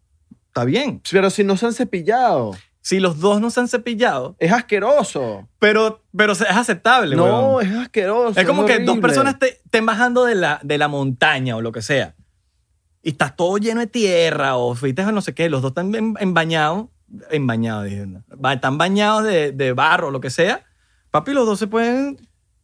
Speaker 1: está bien.
Speaker 2: Pero si no se han cepillado,
Speaker 1: Si los dos no se han cepillado,
Speaker 2: es asqueroso.
Speaker 1: pero, pero se- es aceptable,
Speaker 2: No,
Speaker 1: huevón.
Speaker 2: es asqueroso.
Speaker 1: Es como que dos
Speaker 2: horrible.
Speaker 1: personas te, estén bajando de la, de la montaña o lo que sea. Y estás todo lleno de tierra o fuiste a no sé qué. Los dos están en- embañados. Embañados, dije. ¿no? Ba- Están bañados de, de barro o lo que sea. Papi, los dos se pueden...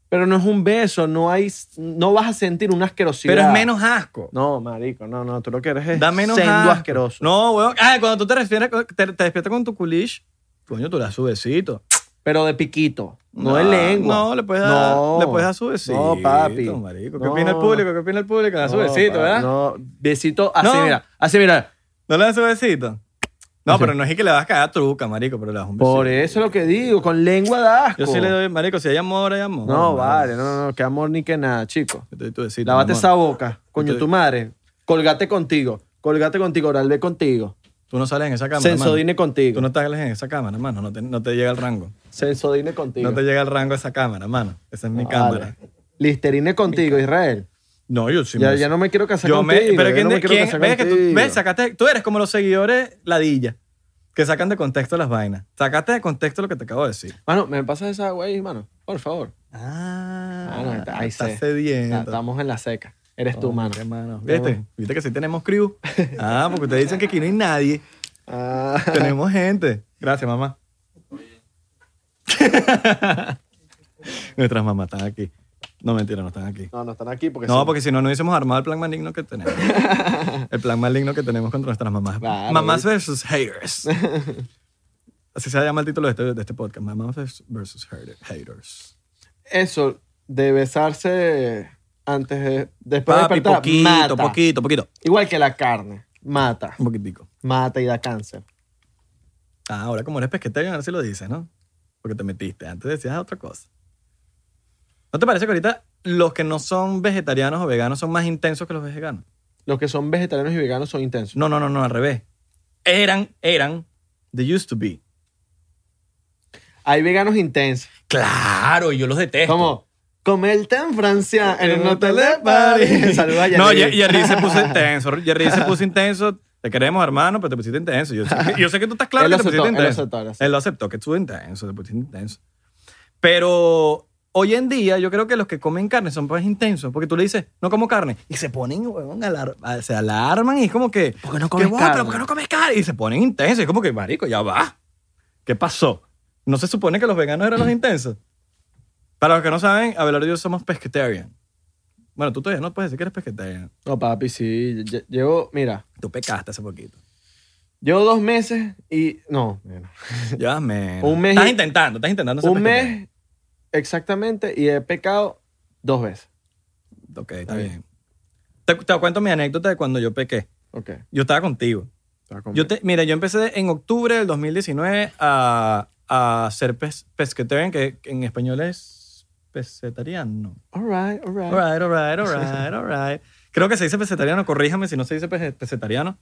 Speaker 2: Pero no es un beso, no hay, no vas a sentir una asquerosidad.
Speaker 1: pero es menos asco.
Speaker 2: No, marico, no, no, tú lo que eres es
Speaker 1: Da menos
Speaker 2: sendo
Speaker 1: asco.
Speaker 2: asqueroso.
Speaker 1: No, weón. Ah, cuando tú te, refieres, te, te despiertas con tu culish, coño, tú le das su besito. Ah,
Speaker 2: Pero de piquito, no, de lengua.
Speaker 1: No, le puedes dar,
Speaker 2: No.
Speaker 1: le puedes dar su besito.
Speaker 2: No, papi.
Speaker 1: marico. ¿Qué
Speaker 2: No.
Speaker 1: opina el público? ¿Qué opina el público? Le das su
Speaker 2: No,
Speaker 1: besito,
Speaker 2: pa-
Speaker 1: ¿verdad? No.
Speaker 2: No, besito así,
Speaker 1: No.
Speaker 2: mira, así, mira.
Speaker 1: le das su besito? No,
Speaker 2: Así.
Speaker 1: pero no es que le vas a cagar truca, marico, pero le das un besito.
Speaker 2: Por eso es lo que digo, con lengua da asco.
Speaker 1: Yo sí le doy, marico, si hay amor, hay amor.
Speaker 2: No,
Speaker 1: marico.
Speaker 2: vale, no, no, que amor ni que nada, chico.
Speaker 1: Yo te doy tu besito, mi
Speaker 2: Lávate
Speaker 1: amor.
Speaker 2: esa boca, coño
Speaker 1: Estoy-
Speaker 2: tu madre. Colgate contigo, colgate contigo, oral ve contigo.
Speaker 1: Tú no sales en esa cámara, hermano.
Speaker 2: Sensodine
Speaker 1: Tú
Speaker 2: contigo.
Speaker 1: no estás en esa cámara, hermano. No te, no te llega el rango.
Speaker 2: Sensodine contigo.
Speaker 1: No te llega el rango esa cámara, hermano. Esa es mi
Speaker 2: Vale.
Speaker 1: cámara.
Speaker 2: Listerine contigo, Israel.
Speaker 1: No, yo sí
Speaker 2: Ya,
Speaker 1: me-
Speaker 2: ya no me quiero casar
Speaker 1: Yo me,
Speaker 2: contigo.
Speaker 1: pero
Speaker 2: ya
Speaker 1: ¿quién,
Speaker 2: no me
Speaker 1: de-
Speaker 2: quiero
Speaker 1: quién-
Speaker 2: casar
Speaker 1: ves que tú,
Speaker 2: contigo.
Speaker 1: ves, sacaste, tú eres como los seguidores ladilla, que sacan de contexto las vainas. Sacaste de contexto lo que te acabo de decir.
Speaker 2: Mano, ¿me pasas esa agua ahí, mano? Por favor.
Speaker 1: Ah,
Speaker 2: Ah, no, está- ahí
Speaker 1: estás
Speaker 2: sé.
Speaker 1: cediendo.
Speaker 2: Ya, estamos en la seca. Eres tú,
Speaker 1: Coño,
Speaker 2: mano.
Speaker 1: qué ¿Viste? ¿Viste que sí tenemos crew? Ah, porque ustedes dicen que aquí no hay nadie.
Speaker 2: Ah,
Speaker 1: Tenemos gente. Gracias, mamá. Nuestras mamás están aquí. No, mentira, no están aquí.
Speaker 2: no, no están aquí porque
Speaker 1: No,
Speaker 2: son-
Speaker 1: porque si no, no hubiésemos armado el plan maligno que tenemos. el plan maligno que tenemos contra nuestras mamás.
Speaker 2: Claro.
Speaker 1: Mamás versus haters. Así se llama el título de este, de este podcast. Mamás vers- versus hater- haters.
Speaker 2: Eso de besarse antes de... Después de
Speaker 1: Papi,
Speaker 2: despertar,
Speaker 1: poquito,
Speaker 2: mata.
Speaker 1: poquito, poquito.
Speaker 2: Igual que la carne. Mata.
Speaker 1: Un poquitico.
Speaker 2: Mata y da cáncer.
Speaker 1: Ah, ahora como eres pesquetero, ahora sí lo dices, ¿no? Porque te metiste. Antes decías otra cosa. ¿No te parece que ahorita los que no son vegetarianos o veganos son más intensos que los veganos?
Speaker 2: Los que son vegetarianos y veganos son intensos.
Speaker 1: No, no, no, no, al revés. Eran, eran, they used to be.
Speaker 2: Hay veganos intensos.
Speaker 1: Claro, y yo los detesto.
Speaker 2: Como, comer tan Francia en un hotel de París.
Speaker 1: París.
Speaker 2: Saluda a
Speaker 1: No,
Speaker 2: Yanir.
Speaker 1: Ye- Jerry se puso intenso. Jerry se puso intenso. Te queremos, hermano, pero te pusiste intenso. Yo sé que, yo sé que tú estás claro
Speaker 2: Él
Speaker 1: que
Speaker 2: lo
Speaker 1: te pusiste
Speaker 2: aceptó, él lo
Speaker 1: intenso.
Speaker 2: aceptó, él lo aceptó.
Speaker 1: Él lo aceptó, que estuvo intenso, te pusiste intenso. Pero hoy en día yo creo que los que comen carne son más intensos, porque tú le dices, no como carne, y se ponen, huevón, alar- a- se alarman y es como que,
Speaker 2: ¿Por qué no
Speaker 1: "¿Qué
Speaker 2: comes
Speaker 1: bobo,
Speaker 2: carne?"
Speaker 1: pero ¿por qué no comes carne? Y se ponen intensos, y es como que, marico, ya va. ¿Qué pasó? ¿No se supone que los veganos eran los intensos? Para los que no saben, Abelardo y yo somos pescatarian. Bueno, tú todavía no puedes decir que eres pescatarian.
Speaker 2: No, papi, sí. lle- Llevo, mira,
Speaker 1: Tú pecaste hace poquito.
Speaker 2: llevo dos meses y... No,
Speaker 1: Ya, menos.
Speaker 2: Un mes y-
Speaker 1: Estás intentando, estás intentando ser
Speaker 2: un
Speaker 1: pescatarian.
Speaker 2: mes exactamente y he pecado dos veces.
Speaker 1: Ok, está
Speaker 2: Está
Speaker 1: bien.
Speaker 2: bien.
Speaker 1: Te, te cuento mi anécdota de cuando yo pequé.
Speaker 2: Ok.
Speaker 1: Yo estaba contigo.
Speaker 2: Estaba con-
Speaker 1: Yo te, mira, yo empecé en octubre del 2019 a, a ser pes, pesquetarian, que en español es pescetariano.
Speaker 2: All right, all right.
Speaker 1: Alright, alright, alright, alright. Creo que se dice pescetariano, corríjame si no se dice pes- pescetariano.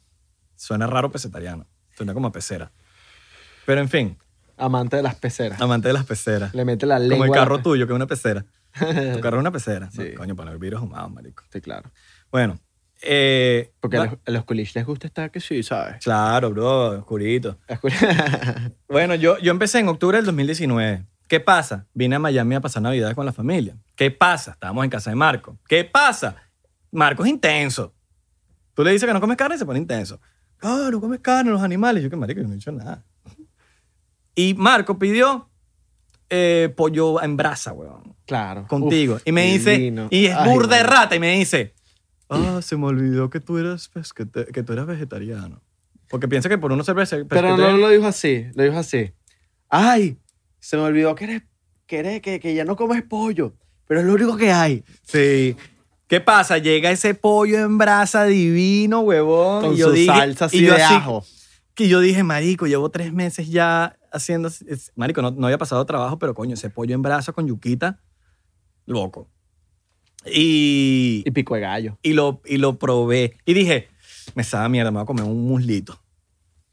Speaker 1: Suena raro pescetariano, suena como a pecera. Pero en fin,
Speaker 2: Amante de las peceras.
Speaker 1: amante de las peceras.
Speaker 2: Le mete la lengua.
Speaker 1: Como el
Speaker 2: a la
Speaker 1: carro
Speaker 2: pe-
Speaker 1: tuyo, que es una pecera. Tu carro es una pecera. No,
Speaker 2: Sí.
Speaker 1: coño, para el virus humado, marico.
Speaker 2: Sí, claro.
Speaker 1: Bueno, eh,
Speaker 2: Porque a
Speaker 1: va-
Speaker 2: los, a los culiches les gusta estar que sí, ¿sabes?
Speaker 1: Claro, bro, oscurito.
Speaker 2: Las cul-
Speaker 1: Bueno, yo, yo empecé en octubre del 2019. ¿Qué pasa? Vine a Miami a pasar Navidad con la familia. ¿Qué pasa? Estábamos en casa de Marco. ¿Qué pasa? Marco es intenso. Tú le dices que no comes carne y se pone intenso. Claro, no comes carne, los animales. Yo, que marico, yo no he hecho nada. Y Marco pidió eh, pollo en brasa, weón.
Speaker 2: Claro.
Speaker 1: Contigo.
Speaker 2: Uf,
Speaker 1: y me dice,
Speaker 2: divino.
Speaker 1: y es
Speaker 2: Ay,
Speaker 1: burda de
Speaker 2: marico.
Speaker 1: rata, y me dice, ah, se me olvidó que tú eras, pues, que, te- que tú eras vegetariano. Porque piensa pues, que por uno ser vese-
Speaker 2: Pero
Speaker 1: pesquetero-
Speaker 2: no lo dijo así, lo dijo así. Ay, se me olvidó que eres, que, eres- que, que ya no comes pollo, pero es lo único que hay.
Speaker 1: Sí. ¿Qué pasa? Llega ese pollo en brasa divino, huevón.
Speaker 2: Con
Speaker 1: y yo
Speaker 2: su
Speaker 1: dije-
Speaker 2: salsa así
Speaker 1: y yo
Speaker 2: de ajo.
Speaker 1: Que yo dije, marico, llevo tres meses ya haciendo... es- Marico, no, no había pasado trabajo, pero coño, ese pollo en brasa con yuquita, loco. Y,
Speaker 2: Y pico de gallo.
Speaker 1: y, lo, y lo probé. Y dije, me sabe a mierda, me voy a comer un muslito.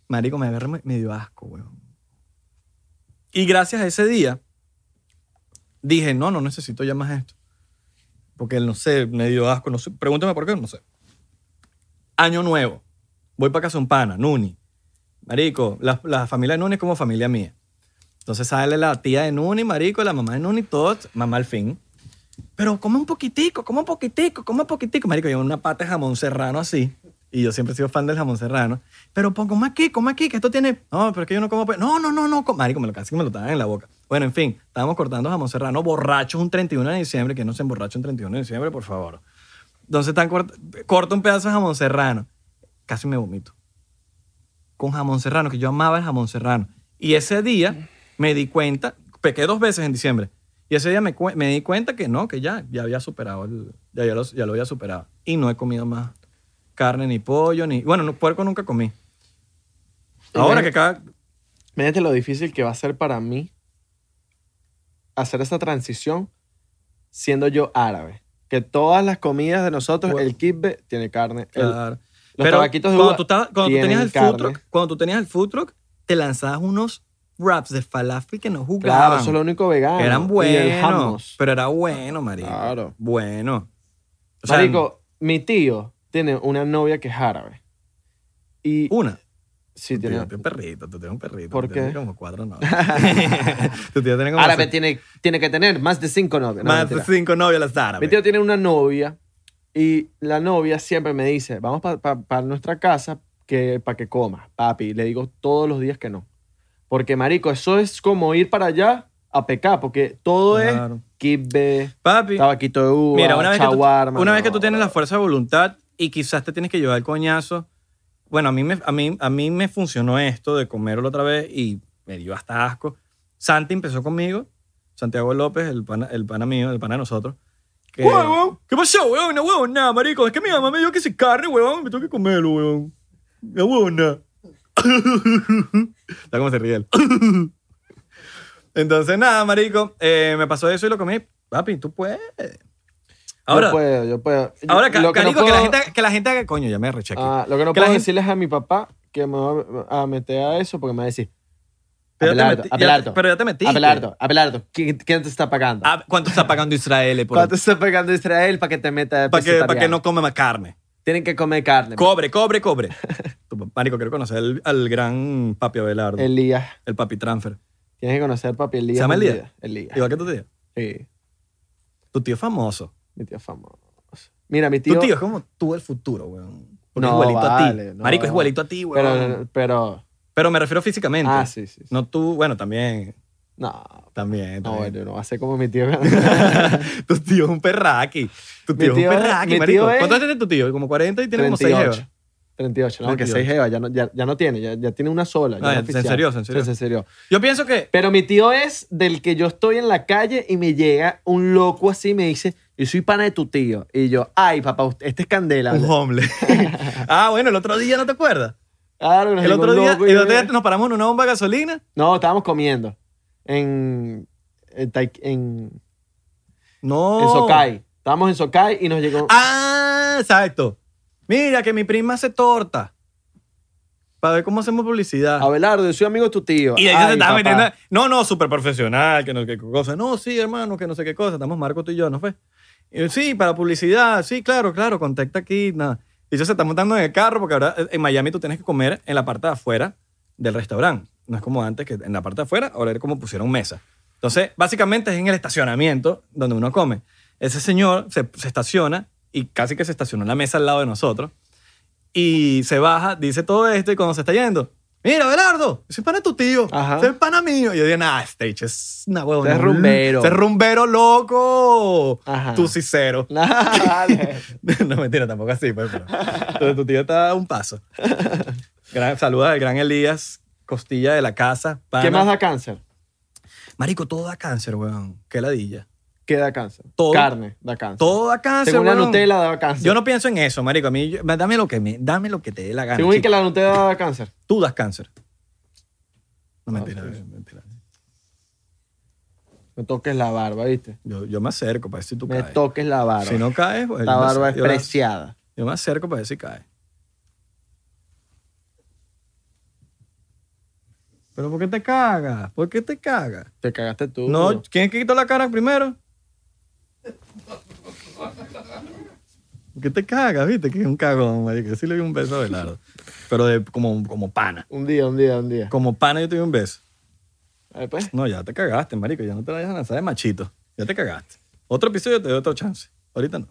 Speaker 1: Marico, me, agarra- me dio asco, huevón. Y gracias a ese día, dije, no, no necesito ya más esto. Porque no sé, me dio asco, no sé. Pregúntame por qué, no sé. Año nuevo. Voy para casa de un pana, Nuni. Marico, la, la familia de Nuni es como familia mía. Entonces sale la tía de Nuni, marico, la mamá de Nuni, todos, mamá al fin. Pero come un poquitico, come un poquitico, come un poquitico. Marico, llevo una pata de jamón serrano así. Y yo siempre he sido fan del jamón serrano. Pero pon, come aquí, come aquí, que esto tiene... No, pero es que yo no como... pues". No, no, no, no. com-". Marico, me lo casi que me lo estaban en la boca. Bueno, en fin, estábamos cortando jamón serrano borrachos un 31 de diciembre. Que no se emborracha un 31 de diciembre, por favor. Entonces están cort- corto un pedazo de jamón serrano. Casi me vomito. Con jamón serrano, que yo amaba el jamón serrano. Y ese día me di cuenta, pequé dos veces en diciembre. Y ese día me, cu- me di cuenta que no, que ya, ya había superado, el- ya, ya, los- ya lo había superado. Y no he comido más carne, ni pollo, ni... Bueno, no, puerco nunca comí. Ahora que cada...
Speaker 2: Imagínate lo difícil que va a ser para mí hacer esta transición siendo yo árabe. Que todas las comidas de nosotros,
Speaker 1: Bueno.
Speaker 2: el kibbe tiene carne. el-
Speaker 1: Claro.
Speaker 2: los
Speaker 1: Pero
Speaker 2: tabaquitos de
Speaker 1: cuando
Speaker 2: uva
Speaker 1: tú, estabas- cuando tú
Speaker 2: tienen
Speaker 1: tenías el food
Speaker 2: carne.
Speaker 1: truck, cuando tú tenías el food truck, te lanzabas unos wraps de falafel que no jugaban.
Speaker 2: claro, eso es lo único vegano.
Speaker 1: que eran
Speaker 2: Y el hummus.
Speaker 1: buenos. Pero era bueno, marico.
Speaker 2: Claro.
Speaker 1: Bueno. O sea,
Speaker 2: Marico, mi tío tiene una novia que es árabe. Y
Speaker 1: Una.
Speaker 2: sí,
Speaker 1: Tú
Speaker 2: tiene.
Speaker 1: tienes un perrito, tú tienes un perrito.
Speaker 2: ¿Por
Speaker 1: tú tienes
Speaker 2: qué?
Speaker 1: como cuatro no. tu tío tiene como
Speaker 2: árabe
Speaker 1: cinco-
Speaker 2: tiene, tiene que tener más de cinco novias. No,
Speaker 1: más de
Speaker 2: mentira.
Speaker 1: cinco novios las
Speaker 2: Mi
Speaker 1: árabes.
Speaker 2: tío tiene una novia y la novia siempre me dice, vamos para nuestra casa que, para que comas, papi. Y le digo todos los días que no. Porque, marico, eso es como ir para allá a pecar, porque todo ¿eh?
Speaker 1: Claro.
Speaker 2: es kibbe,
Speaker 1: Papi,
Speaker 2: tabaquito de uva,
Speaker 1: mira, una vez, que tú,
Speaker 2: shawarma,
Speaker 1: una vez que
Speaker 2: no,
Speaker 1: tú tienes
Speaker 2: bro.
Speaker 1: la fuerza de voluntad y quizás te tienes que llevar el coñazo. Bueno, a mí me, a mí, a mí me funcionó esto de comerlo otra vez y me dio hasta asco. Santi empezó conmigo, Santiago López, el pana, el pana mío, el pana de nosotros. que-
Speaker 2: Huevo.
Speaker 1: ¿Qué pasó, huevón? No, huevón, nada, marico. Es que mi mamá me dijo que si carne, huevón, me tengo que comerlo, huevón. No, huevón, nada. Está como se ríe él. Entonces, nada, marico. eh, me pasó eso y lo comí. Papi, tú puedes. Ahora,
Speaker 2: yo puedo, yo puedo. Yo-
Speaker 1: ahora ca-
Speaker 2: lo que no
Speaker 1: carico, que, la
Speaker 2: puedo-
Speaker 1: gente, que la gente haga coño, ya me reché aquí.
Speaker 2: Ah, lo que no
Speaker 1: Que la
Speaker 2: puedo
Speaker 1: gente-
Speaker 2: decirles a mi papá que me va a meter a eso porque me va a decir.
Speaker 1: Pero ya te
Speaker 2: Abelardo,
Speaker 1: meti- ya-
Speaker 2: Abelardo.
Speaker 1: pero ya te metiste.
Speaker 2: Abelardo, Abelardo, ¿quién, quién te está pagando?
Speaker 1: Ah, ¿Cuánto está pagando Israel eh, por-
Speaker 2: ¿Cuánto está pagando Israel para que te meta
Speaker 1: para que, para que
Speaker 2: pescetariano?
Speaker 1: no come más carne?
Speaker 2: Tienen que comer carne.
Speaker 1: Cobre, cobre, cobre. Tu pa- marico, quiero conocer al, al gran papi Abelardo, el,
Speaker 2: Elías.
Speaker 1: papi transfer.
Speaker 2: Tienes que conocer papi Elías.
Speaker 1: ¿Se llama Elías?
Speaker 2: Elías. Elías.
Speaker 1: Igual que tu tío.
Speaker 2: Sí,
Speaker 1: Tu tío es famoso.
Speaker 2: mi tío famoso. Mira, mi tío.
Speaker 1: Tu tío es como tú del futuro, weón. Porque
Speaker 2: No,
Speaker 1: es igualito a
Speaker 2: vale,
Speaker 1: ti.
Speaker 2: no.
Speaker 1: Marico, es igualito a ti, weón.
Speaker 2: Pero,
Speaker 1: Pero,
Speaker 2: pero.
Speaker 1: me refiero físicamente.
Speaker 2: Ah, sí, sí. sí.
Speaker 1: No tú, bueno, también.
Speaker 2: No,
Speaker 1: También.
Speaker 2: no,
Speaker 1: también.
Speaker 2: bueno, no va a ser como mi tío.
Speaker 1: tu tío es un perraqui. Tu
Speaker 2: Mi
Speaker 1: tío, es
Speaker 2: tío
Speaker 1: un
Speaker 2: es-
Speaker 1: perraqui,
Speaker 2: mi
Speaker 1: marico.
Speaker 2: tío es-
Speaker 1: ¿Cuánto tiene tu tío? Como 40 y tiene como 6 euros.
Speaker 2: 38, no, que 6
Speaker 1: 38.
Speaker 2: Eva, ya no, ya, ya no tiene, ya, ya tiene una sola.
Speaker 1: Ah,
Speaker 2: no
Speaker 1: se
Speaker 2: oficial.
Speaker 1: enserió, se enserió.
Speaker 2: Sí, enserió.
Speaker 1: Yo pienso que.
Speaker 2: Pero mi tío es del que yo estoy en la calle y me llega un loco así y me dice, yo soy pana de tu tío. Y yo, ay, papá, usted- este es candela.
Speaker 1: Un homeless. ah, bueno, el otro día, ¿no te acuerdas?
Speaker 2: Claro, nos
Speaker 1: El
Speaker 2: llegó
Speaker 1: otro
Speaker 2: un
Speaker 1: día,
Speaker 2: loco y-
Speaker 1: el otro día nos paramos en una bomba de gasolina.
Speaker 2: No, estábamos comiendo en, en, Tai- en-
Speaker 1: No.
Speaker 2: en Socay. Estábamos en Socay y nos llegó...
Speaker 1: Oh. Ah, exacto. Mira, que mi prima hace torta. Para ver cómo hacemos publicidad.
Speaker 2: Abelardo, yo soy amigo de tu tío.
Speaker 1: Y ella
Speaker 2: Ay,
Speaker 1: se estaba
Speaker 2: papá.
Speaker 1: metiendo. No, no, súper profesional, que no sé qué cosa. No, sí, hermano, que no sé qué cosa. Estamos Marco, tú y yo, ¿no fue? Y yo, sí, para publicidad, sí, claro, claro, contacta aquí, nada. Y ellos se están montando en el carro porque ahora eh, en Miami tú tienes que comer en la parte de afuera del restaurante. No es como antes, que en la parte de afuera, ahora es como pusieron mesa. Entonces, básicamente es en el estacionamiento donde uno come. Ese señor se, se estaciona y casi que se estacionó en la mesa al lado de nosotros y se baja, dice todo esto y cuando se está yendo, mira, Belardo, ese es pana tu tío,
Speaker 2: Ajá.
Speaker 1: ese es pana mío. Y yo digo, nah, este bicho es una huevona.
Speaker 2: Ese es rumbero.
Speaker 1: Ese es rumbero loco.
Speaker 2: Ajá.
Speaker 1: Tú sí cero.
Speaker 2: Dale.
Speaker 1: no, mentira, tampoco así, pues, pero- Entonces, tu tío está a un paso. Gran, saluda al gran Elías, costilla de la casa. pana.
Speaker 2: ¿Qué más da cáncer?
Speaker 1: Marico, todo da cáncer, weón. Qué ladilla.
Speaker 2: ¿Qué da cáncer?
Speaker 1: Todo.
Speaker 2: Carne da cáncer.
Speaker 1: Todo da cáncer,
Speaker 2: Según la
Speaker 1: weón.
Speaker 2: Nutella da cáncer.
Speaker 1: Yo no pienso en eso, marico. A mí, yo- dame lo que, me, dame lo que te dé la gana.
Speaker 2: Según
Speaker 1: chico.
Speaker 2: que la Nutella da cáncer.
Speaker 1: Tú das cáncer. No, mentira,
Speaker 2: sí.
Speaker 1: mentira.
Speaker 2: Me toques la barba, ¿viste?
Speaker 1: Yo, yo me acerco para ver si tú
Speaker 2: Me
Speaker 1: caes.
Speaker 2: toques la barba.
Speaker 1: Si no caes, pues,
Speaker 2: la
Speaker 1: yo me
Speaker 2: barba es
Speaker 1: acerco- yo la-
Speaker 2: preciada.
Speaker 1: Yo, me acerco para ver si caes. ¿Pero por qué te cagas? ¿Por qué te cagas?
Speaker 2: Te cagaste tú.
Speaker 1: No, ¿quién es que quitó la cara primero? ¿Por qué te cagas, viste? Que es un cagón, marico. Yo sí le di un beso a Belardo. Pero de, como, como pana.
Speaker 2: Un día, un día, un día.
Speaker 1: Como pana yo te di un beso.
Speaker 2: A ver, pues.
Speaker 1: No, ya te cagaste, marico. Ya no te la dejan lanzar de machito. Ya te cagaste. Otro episodio te doy otra chance. Ahorita no.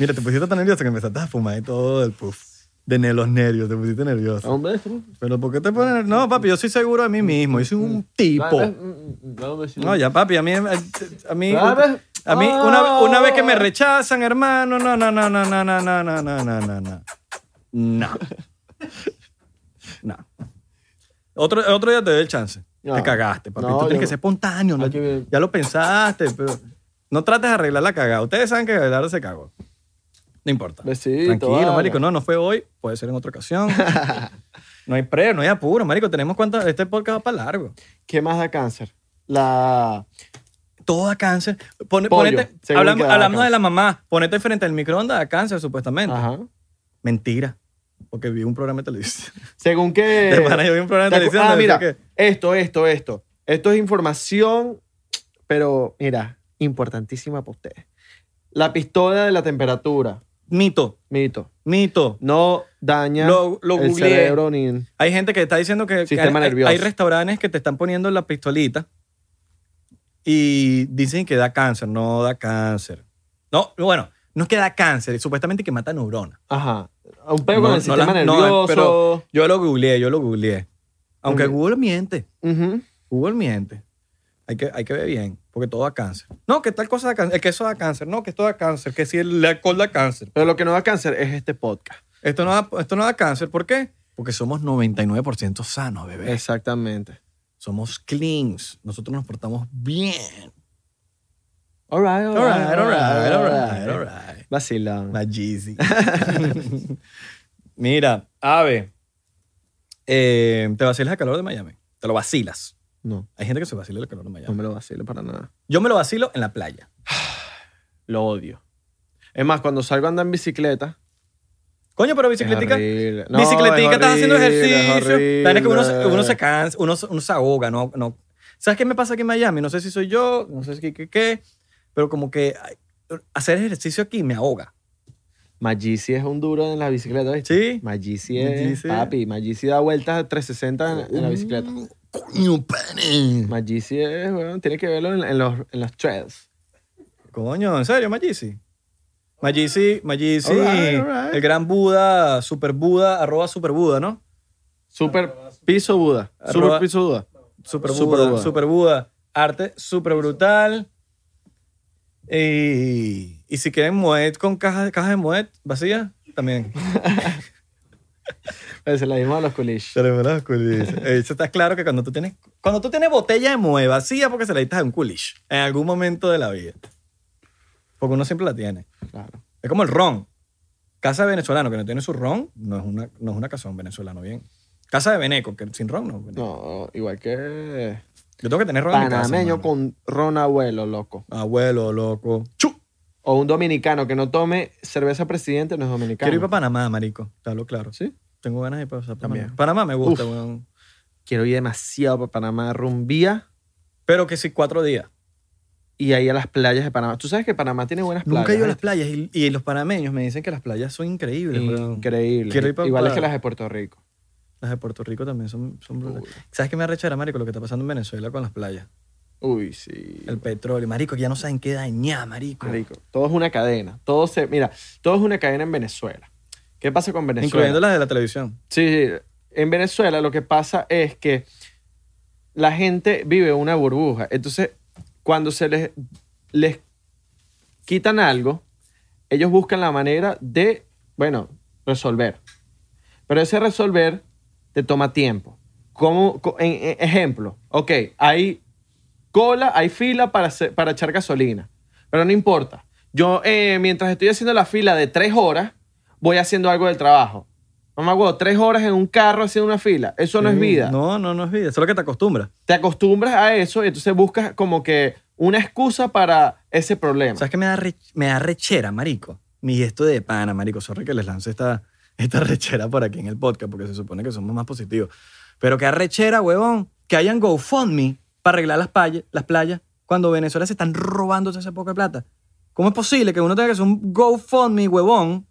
Speaker 1: Mira, te pusiste tan nervioso que empezaste a fumar y todo el puff. De ne- los nervios, te pusiste
Speaker 2: Da
Speaker 1: nervioso.
Speaker 2: un beso.
Speaker 1: Pero ¿por qué te pones nervioso? No, papi, yo soy seguro de mí mismo. Yo soy un tipo.
Speaker 2: Da mm, un beso.
Speaker 1: No, ya, papi, a mí... A, a mí,
Speaker 2: Claro.
Speaker 1: a mí una, una vez que me
Speaker 2: Ah.
Speaker 1: rechazan, hermano, no, no, no, no, no, no, no, no, no, no, no, no. No. No. Otro, otro día te doy el chance.
Speaker 2: No.
Speaker 1: Te cagaste, papi.
Speaker 2: Ah. No,
Speaker 1: Tú tienes
Speaker 2: yo-
Speaker 1: que ser espontáneo. ¿no?
Speaker 2: Hay que-
Speaker 1: Ya lo pensaste, pero no trates de arreglar la cagada. Ustedes saben que Abelardo se cagó. No importa.
Speaker 2: Besito,
Speaker 1: Tranquilo,
Speaker 2: vale.
Speaker 1: marico. No, no fue hoy. Puede ser en otra ocasión. no hay pre, no hay apuro, marico. Tenemos cuántas... Este podcast va para largo.
Speaker 2: ¿Qué más da cáncer? La.
Speaker 1: todo da cáncer. Pone-
Speaker 2: Pollo,
Speaker 1: ponete-
Speaker 2: seguro
Speaker 1: hablamos
Speaker 2: que da
Speaker 1: hablamos de
Speaker 2: cáncer.
Speaker 1: la mamá. Ponete frente al microondas da cáncer, supuestamente.
Speaker 2: Ajá.
Speaker 1: Mentira. Porque vi un programa de televisión.
Speaker 2: Según que.
Speaker 1: De pana, yo vi un programa de
Speaker 2: ¿Te acu-
Speaker 1: televisión.
Speaker 2: Ah,
Speaker 1: donde
Speaker 2: mira,
Speaker 1: decía que-
Speaker 2: esto, esto, esto. Esto es información, pero mira, importantísima para ustedes. La pistola de la temperatura,
Speaker 1: Mito,
Speaker 2: mito,
Speaker 1: mito.
Speaker 2: no daña
Speaker 1: Lo- lo
Speaker 2: el
Speaker 1: googleé.
Speaker 2: cerebro ni...
Speaker 1: Hay gente que está diciendo que, que
Speaker 2: Sistema
Speaker 1: hay,
Speaker 2: nervioso.
Speaker 1: hay restaurantes que te están poniendo la pistolita y dicen que da cáncer. No da cáncer. No, bueno, no es que da cáncer, supuestamente que mata neuronas.
Speaker 2: Ajá. Un pego
Speaker 1: No,
Speaker 2: con el
Speaker 1: no
Speaker 2: sistema
Speaker 1: la- no,
Speaker 2: nervioso.
Speaker 1: pero- Yo lo googleé, yo lo googleé. Aunque
Speaker 2: Mm.
Speaker 1: Google miente.
Speaker 2: Ujú.
Speaker 1: Google miente. Hay que, hay que ver bien, porque todo da cáncer. No, que tal cosa da cáncer, el queso da cáncer, no, que esto da cáncer, que si el alcohol da cáncer.
Speaker 2: Pero lo que no da cáncer es este podcast.
Speaker 1: Esto no da, esto no da cáncer, ¿por qué? Porque somos 99% sanos, bebé.
Speaker 2: Exactamente.
Speaker 1: Somos cleans. Nosotros nos portamos bien.
Speaker 2: All right,
Speaker 1: All
Speaker 2: all
Speaker 1: right, all right, all right,
Speaker 2: right.
Speaker 1: all right.
Speaker 2: Vacilón.
Speaker 1: My Jeezy. Mira, Ave, eh, te vacilas el calor de Miami. Te lo vacilas.
Speaker 2: No,
Speaker 1: Hay gente que se vacila el calor de
Speaker 2: no
Speaker 1: Miami.
Speaker 2: me lo vacilo para nada.
Speaker 1: Yo me lo vacilo en la playa.
Speaker 2: Lo odio. Es más, cuando salgo a andar en bicicleta,
Speaker 1: Coño, pero bicicletica.
Speaker 2: Bicicletica,
Speaker 1: bicicletica, estás haciendo ejercicio. La vaina es que uno, se- uno se cansa, uno, se- uno se ahoga, no, no. ¿Sabes qué me pasa aquí en Miami? No sé si soy yo, no sé si qué, qué, qué, pero como que ay, hacer ejercicio aquí me ahoga.
Speaker 2: Magisi es un duro en la bicicleta, ¿viste?
Speaker 1: ¿Sí?
Speaker 2: Magisi es,
Speaker 1: Magisi.
Speaker 2: papi, Magisi da vueltas a 360 en, en la bicicleta.
Speaker 1: Mm, Coño, pane.
Speaker 2: Magisi es, bueno, tiene que verlo en, en los, en los trails.
Speaker 1: Coño, ¿en serio, Magisi? Magisi, Magisi,
Speaker 2: Alright, alright.
Speaker 1: el gran Buda, super Buda, arroba super Buda, ¿no?
Speaker 2: Super piso Buda.
Speaker 1: Arroba-
Speaker 2: Super piso Buda.
Speaker 1: Super
Speaker 2: Super
Speaker 1: Buda,
Speaker 2: Buda.
Speaker 1: Super Buda. Arte súper brutal. Y, y si quieren Moet con cajas caja de Moet vacía, también.
Speaker 2: Se la dimos a los culiches.
Speaker 1: Pero me las culiches. Eso Eh, está claro que cuando tú tienes, cuando tú tienes botella de Moet vacía porque se la diste a un culish en algún momento de la vida. Porque uno siempre la tiene.
Speaker 2: Claro.
Speaker 1: Es como el ron. Casa de venezolano que no tiene su ron no es una, no es una cazón venezolano, bien. Casa de veneco que sin ron no.
Speaker 2: No, igual que
Speaker 1: Yo tengo que tener ron en mi casa,
Speaker 2: panameño
Speaker 1: hermano.
Speaker 2: con ron abuelo, loco.
Speaker 1: Abuelo, loco. ¡Chu!
Speaker 2: O un dominicano que no tome cerveza presidente no es dominicano.
Speaker 1: Quiero ir para Panamá, marico. Te hablo claro.
Speaker 2: ¿Sí?
Speaker 1: Tengo ganas de pasar para
Speaker 2: También.
Speaker 1: Panamá. Panamá me gusta, weón.
Speaker 2: Quiero ir demasiado para Panamá, rumbía.
Speaker 1: Pero que sí, cuatro días.
Speaker 2: y ahí a las playas de Panamá. Tú sabes que Panamá tiene buenas playas.
Speaker 1: Nunca he ido a las playas y, y los panameños me dicen que las playas son increíbles, weón.
Speaker 2: Increíble.
Speaker 1: Quiero ir pa-
Speaker 2: Iguales
Speaker 1: pa-
Speaker 2: que las de Puerto Rico.
Speaker 1: Las de Puerto Rico también son, son brutales.
Speaker 2: Uy.
Speaker 1: ¿Sabes qué me arrechará, marico? Lo que está pasando en Venezuela con las playas.
Speaker 2: Uy, sí.
Speaker 1: El petróleo. Marico, que ya no saben qué dañar, marico.
Speaker 2: Rico. Todo es una cadena. Todo se, mira, todo es una cadena en Venezuela. ¿Qué pasa con Venezuela?
Speaker 1: Incluyendo las de la televisión.
Speaker 2: Sí, sí. en Venezuela lo que pasa es que la gente vive una burbuja. Entonces, cuando se les, les quitan algo, ellos buscan la manera de, bueno, resolver. Pero ese resolver te toma tiempo. Como, co- en- en- ejemplo, ok, hay cola, hay fila para, hacer- para echar gasolina. Pero no importa. Yo, eh, mientras estoy haciendo la fila de tres horas, voy haciendo algo del trabajo. Mamá, huevo, tres horas en un carro haciendo una fila. Eso no es
Speaker 1: Sí.
Speaker 2: vida.
Speaker 1: No, no, no es vida. Eso es lo que te acostumbras.
Speaker 2: Te acostumbras a eso y entonces buscas como que una excusa para ese problema.
Speaker 1: ¿Sabes qué me da, re- me da rechera, marico? Mi gesto de pana, marico. Sorry que les lance esta, esta rechera por aquí en el podcast, porque se supone que somos más positivos. Pero qué rechera, huevón, que hayan GoFundMe para arreglar las, pay- las playas cuando Venezuela se están robando esa poca plata. ¿Cómo es posible que uno tenga que hacer un GoFundMe, huevón,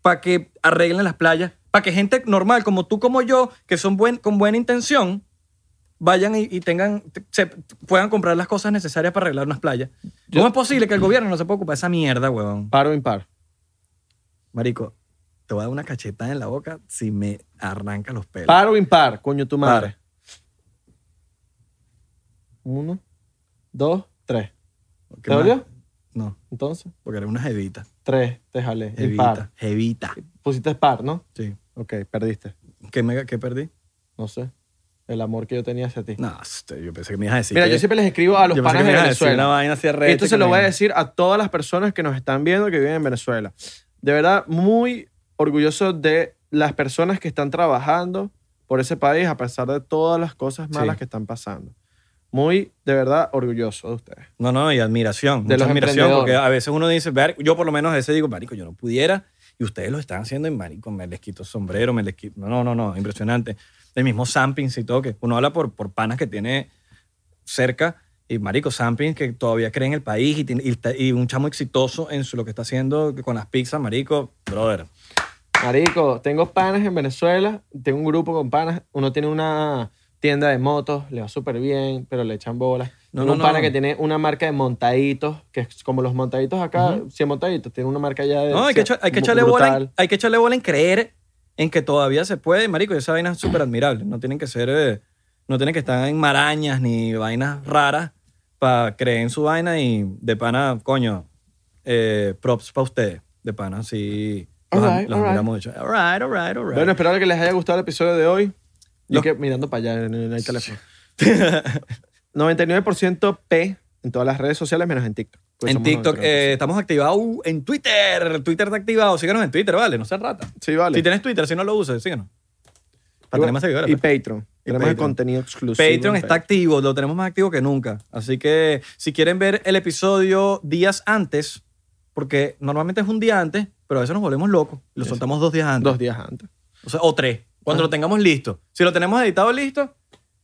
Speaker 1: para que arreglen las playas? Para que gente normal como tú, como yo, que son buen, con buena intención, vayan y, y tengan, te- se, puedan comprar las cosas necesarias para arreglar unas playas.
Speaker 2: Yo-
Speaker 1: ¿Cómo es posible que el gobierno no se pueda ocupar de esa mierda, huevón?
Speaker 2: Par o impar.
Speaker 1: Marico, te voy a dar una cachetada en la boca si me arranca los pelos.
Speaker 2: Par o impar, coño tu madre.
Speaker 1: Par.
Speaker 2: Uno, dos, tres.
Speaker 1: ¿Qué
Speaker 2: ¿Te
Speaker 1: más?
Speaker 2: dolió?
Speaker 1: No,
Speaker 2: Entonces,
Speaker 1: porque era una jevita.
Speaker 2: tres, te jalé. Impar.
Speaker 1: Jevita. Jevita.
Speaker 2: Pusiste par, ¿no?
Speaker 1: Sí.
Speaker 2: Ok, perdiste.
Speaker 1: ¿Qué, me, qué perdí?
Speaker 2: No sé. El amor que yo tenía hacia ti.
Speaker 1: No, este, yo pensé que me ibas a decir.
Speaker 2: Mira,
Speaker 1: que-
Speaker 2: yo siempre les escribo a los
Speaker 1: yo pensé que
Speaker 2: panas
Speaker 1: me
Speaker 2: de
Speaker 1: ibas a decir Una
Speaker 2: Venezuela.
Speaker 1: vaina así
Speaker 2: Y
Speaker 1: arrecha
Speaker 2: esto se
Speaker 1: que
Speaker 2: lo
Speaker 1: me-
Speaker 2: voy a decir a todas las personas que nos están viendo que viven en Venezuela. De verdad, muy orgulloso de las personas que están trabajando por ese país a pesar de todas las cosas malas
Speaker 1: Sí.
Speaker 2: que están pasando. Muy, de verdad, orgulloso de ustedes.
Speaker 1: No, no, y admiración.
Speaker 2: De
Speaker 1: mucha
Speaker 2: los
Speaker 1: admiración, porque
Speaker 2: emprendedores.
Speaker 1: a veces uno dice, ver, yo por lo menos a veces digo, marico, yo no pudiera, y ustedes lo están haciendo, y marico, me les quito el sombrero, me les quito... No, no, no, impresionante. El mismo Sampings y todo, que uno habla por, por panas que tiene cerca, y marico, Sampings que todavía cree en el país, y, tiene- y, está- y un chamo exitoso en su- lo que está haciendo con las pizzas, marico, brother.
Speaker 2: Marico, tengo panas en Venezuela, tengo un grupo con panas, uno tiene una tienda de motos, le va súper bien, pero le echan bolas.
Speaker 1: No,
Speaker 2: tengo
Speaker 1: no,
Speaker 2: un
Speaker 1: no.
Speaker 2: pana que tiene una marca de montaditos, que es como los montaditos acá, 100 montaditos, tiene una marca ya de...
Speaker 1: No, hay que, echa- hay que echarle
Speaker 2: brutal.
Speaker 1: bola en, hay que echarle bola en creer en que todavía se puede, marico, y esa vaina es súper admirable. No tienen que ser, eh, no tienen que estar en marañas ni vainas raras para creer en su vaina y de pana, coño, eh, props para ustedes. De pana, sí. Los,
Speaker 2: All right,
Speaker 1: los
Speaker 2: all right.
Speaker 1: admiramos mucho. All right, all right, all right.
Speaker 2: Bueno, espero que les haya gustado el episodio de hoy. Yo
Speaker 1: Los-
Speaker 2: que mirando para allá en el, en el teléfono. 99% P en todas las redes sociales menos en TikTok. porque
Speaker 1: en
Speaker 2: pues somos
Speaker 1: TikTok
Speaker 2: 99%.
Speaker 1: eh, estamos activados en Twitter. Twitter está activado. Síganos en Twitter, vale, no seas rata.
Speaker 2: sí, vale.
Speaker 1: Si tienes Twitter, si no lo usas, síganos. Para
Speaker 2: Y-
Speaker 1: tener más seguidores.
Speaker 2: Y
Speaker 1: pues.
Speaker 2: Patreon. Tenemos el
Speaker 1: Patreon.
Speaker 2: contenido exclusivo. en
Speaker 1: Patreon está activo, lo tenemos más activo que nunca. Así que si quieren ver el episodio días antes, porque normalmente es un día antes, pero a veces nos volvemos locos. Lo
Speaker 2: Sí,
Speaker 1: soltamos dos días antes.
Speaker 2: Dos días antes.
Speaker 1: O, sea, o tres, cuando
Speaker 2: Ah.
Speaker 1: lo tengamos listo. Si lo tenemos editado listo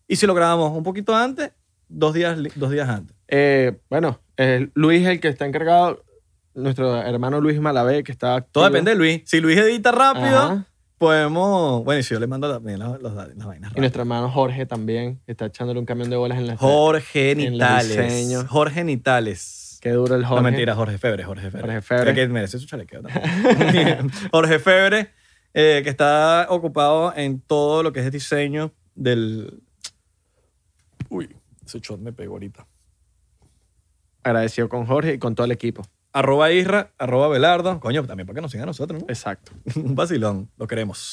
Speaker 1: y si lo grabamos un poquito antes, dos días, li- dos días antes.
Speaker 2: Eh, bueno, eh, Luis, el que está encargado, nuestro hermano Luis Malavé, que está. activo.
Speaker 1: Todo depende de Luis. Si Luis edita rápido,
Speaker 2: Ajá.
Speaker 1: podemos... Bueno, y si yo le mando también las, las- las vainas
Speaker 2: Y
Speaker 1: rápidas.
Speaker 2: nuestro hermano Jorge también, que está echándole un camión de bolas en la.
Speaker 1: Jorge
Speaker 2: En los
Speaker 1: Nitales.
Speaker 2: diseños.
Speaker 1: Jorge Nitales.
Speaker 2: Qué duro el Jorge.
Speaker 1: No, mentira, Jorge Febre, Jorge Febre.
Speaker 2: Jorge Febre.
Speaker 1: Que merece su chalequeo también. Jorge Febre, eh, que está ocupado en todo lo que es el diseño del... Uy, ese shot me pegó ahorita.
Speaker 2: Agradecido con Jorge y con todo el equipo.
Speaker 1: Arroba Isra, arroba Belardo. Coño, también para que nos sigan a nosotros, ¿no?
Speaker 2: Exacto.
Speaker 1: Un vacilón, lo queremos.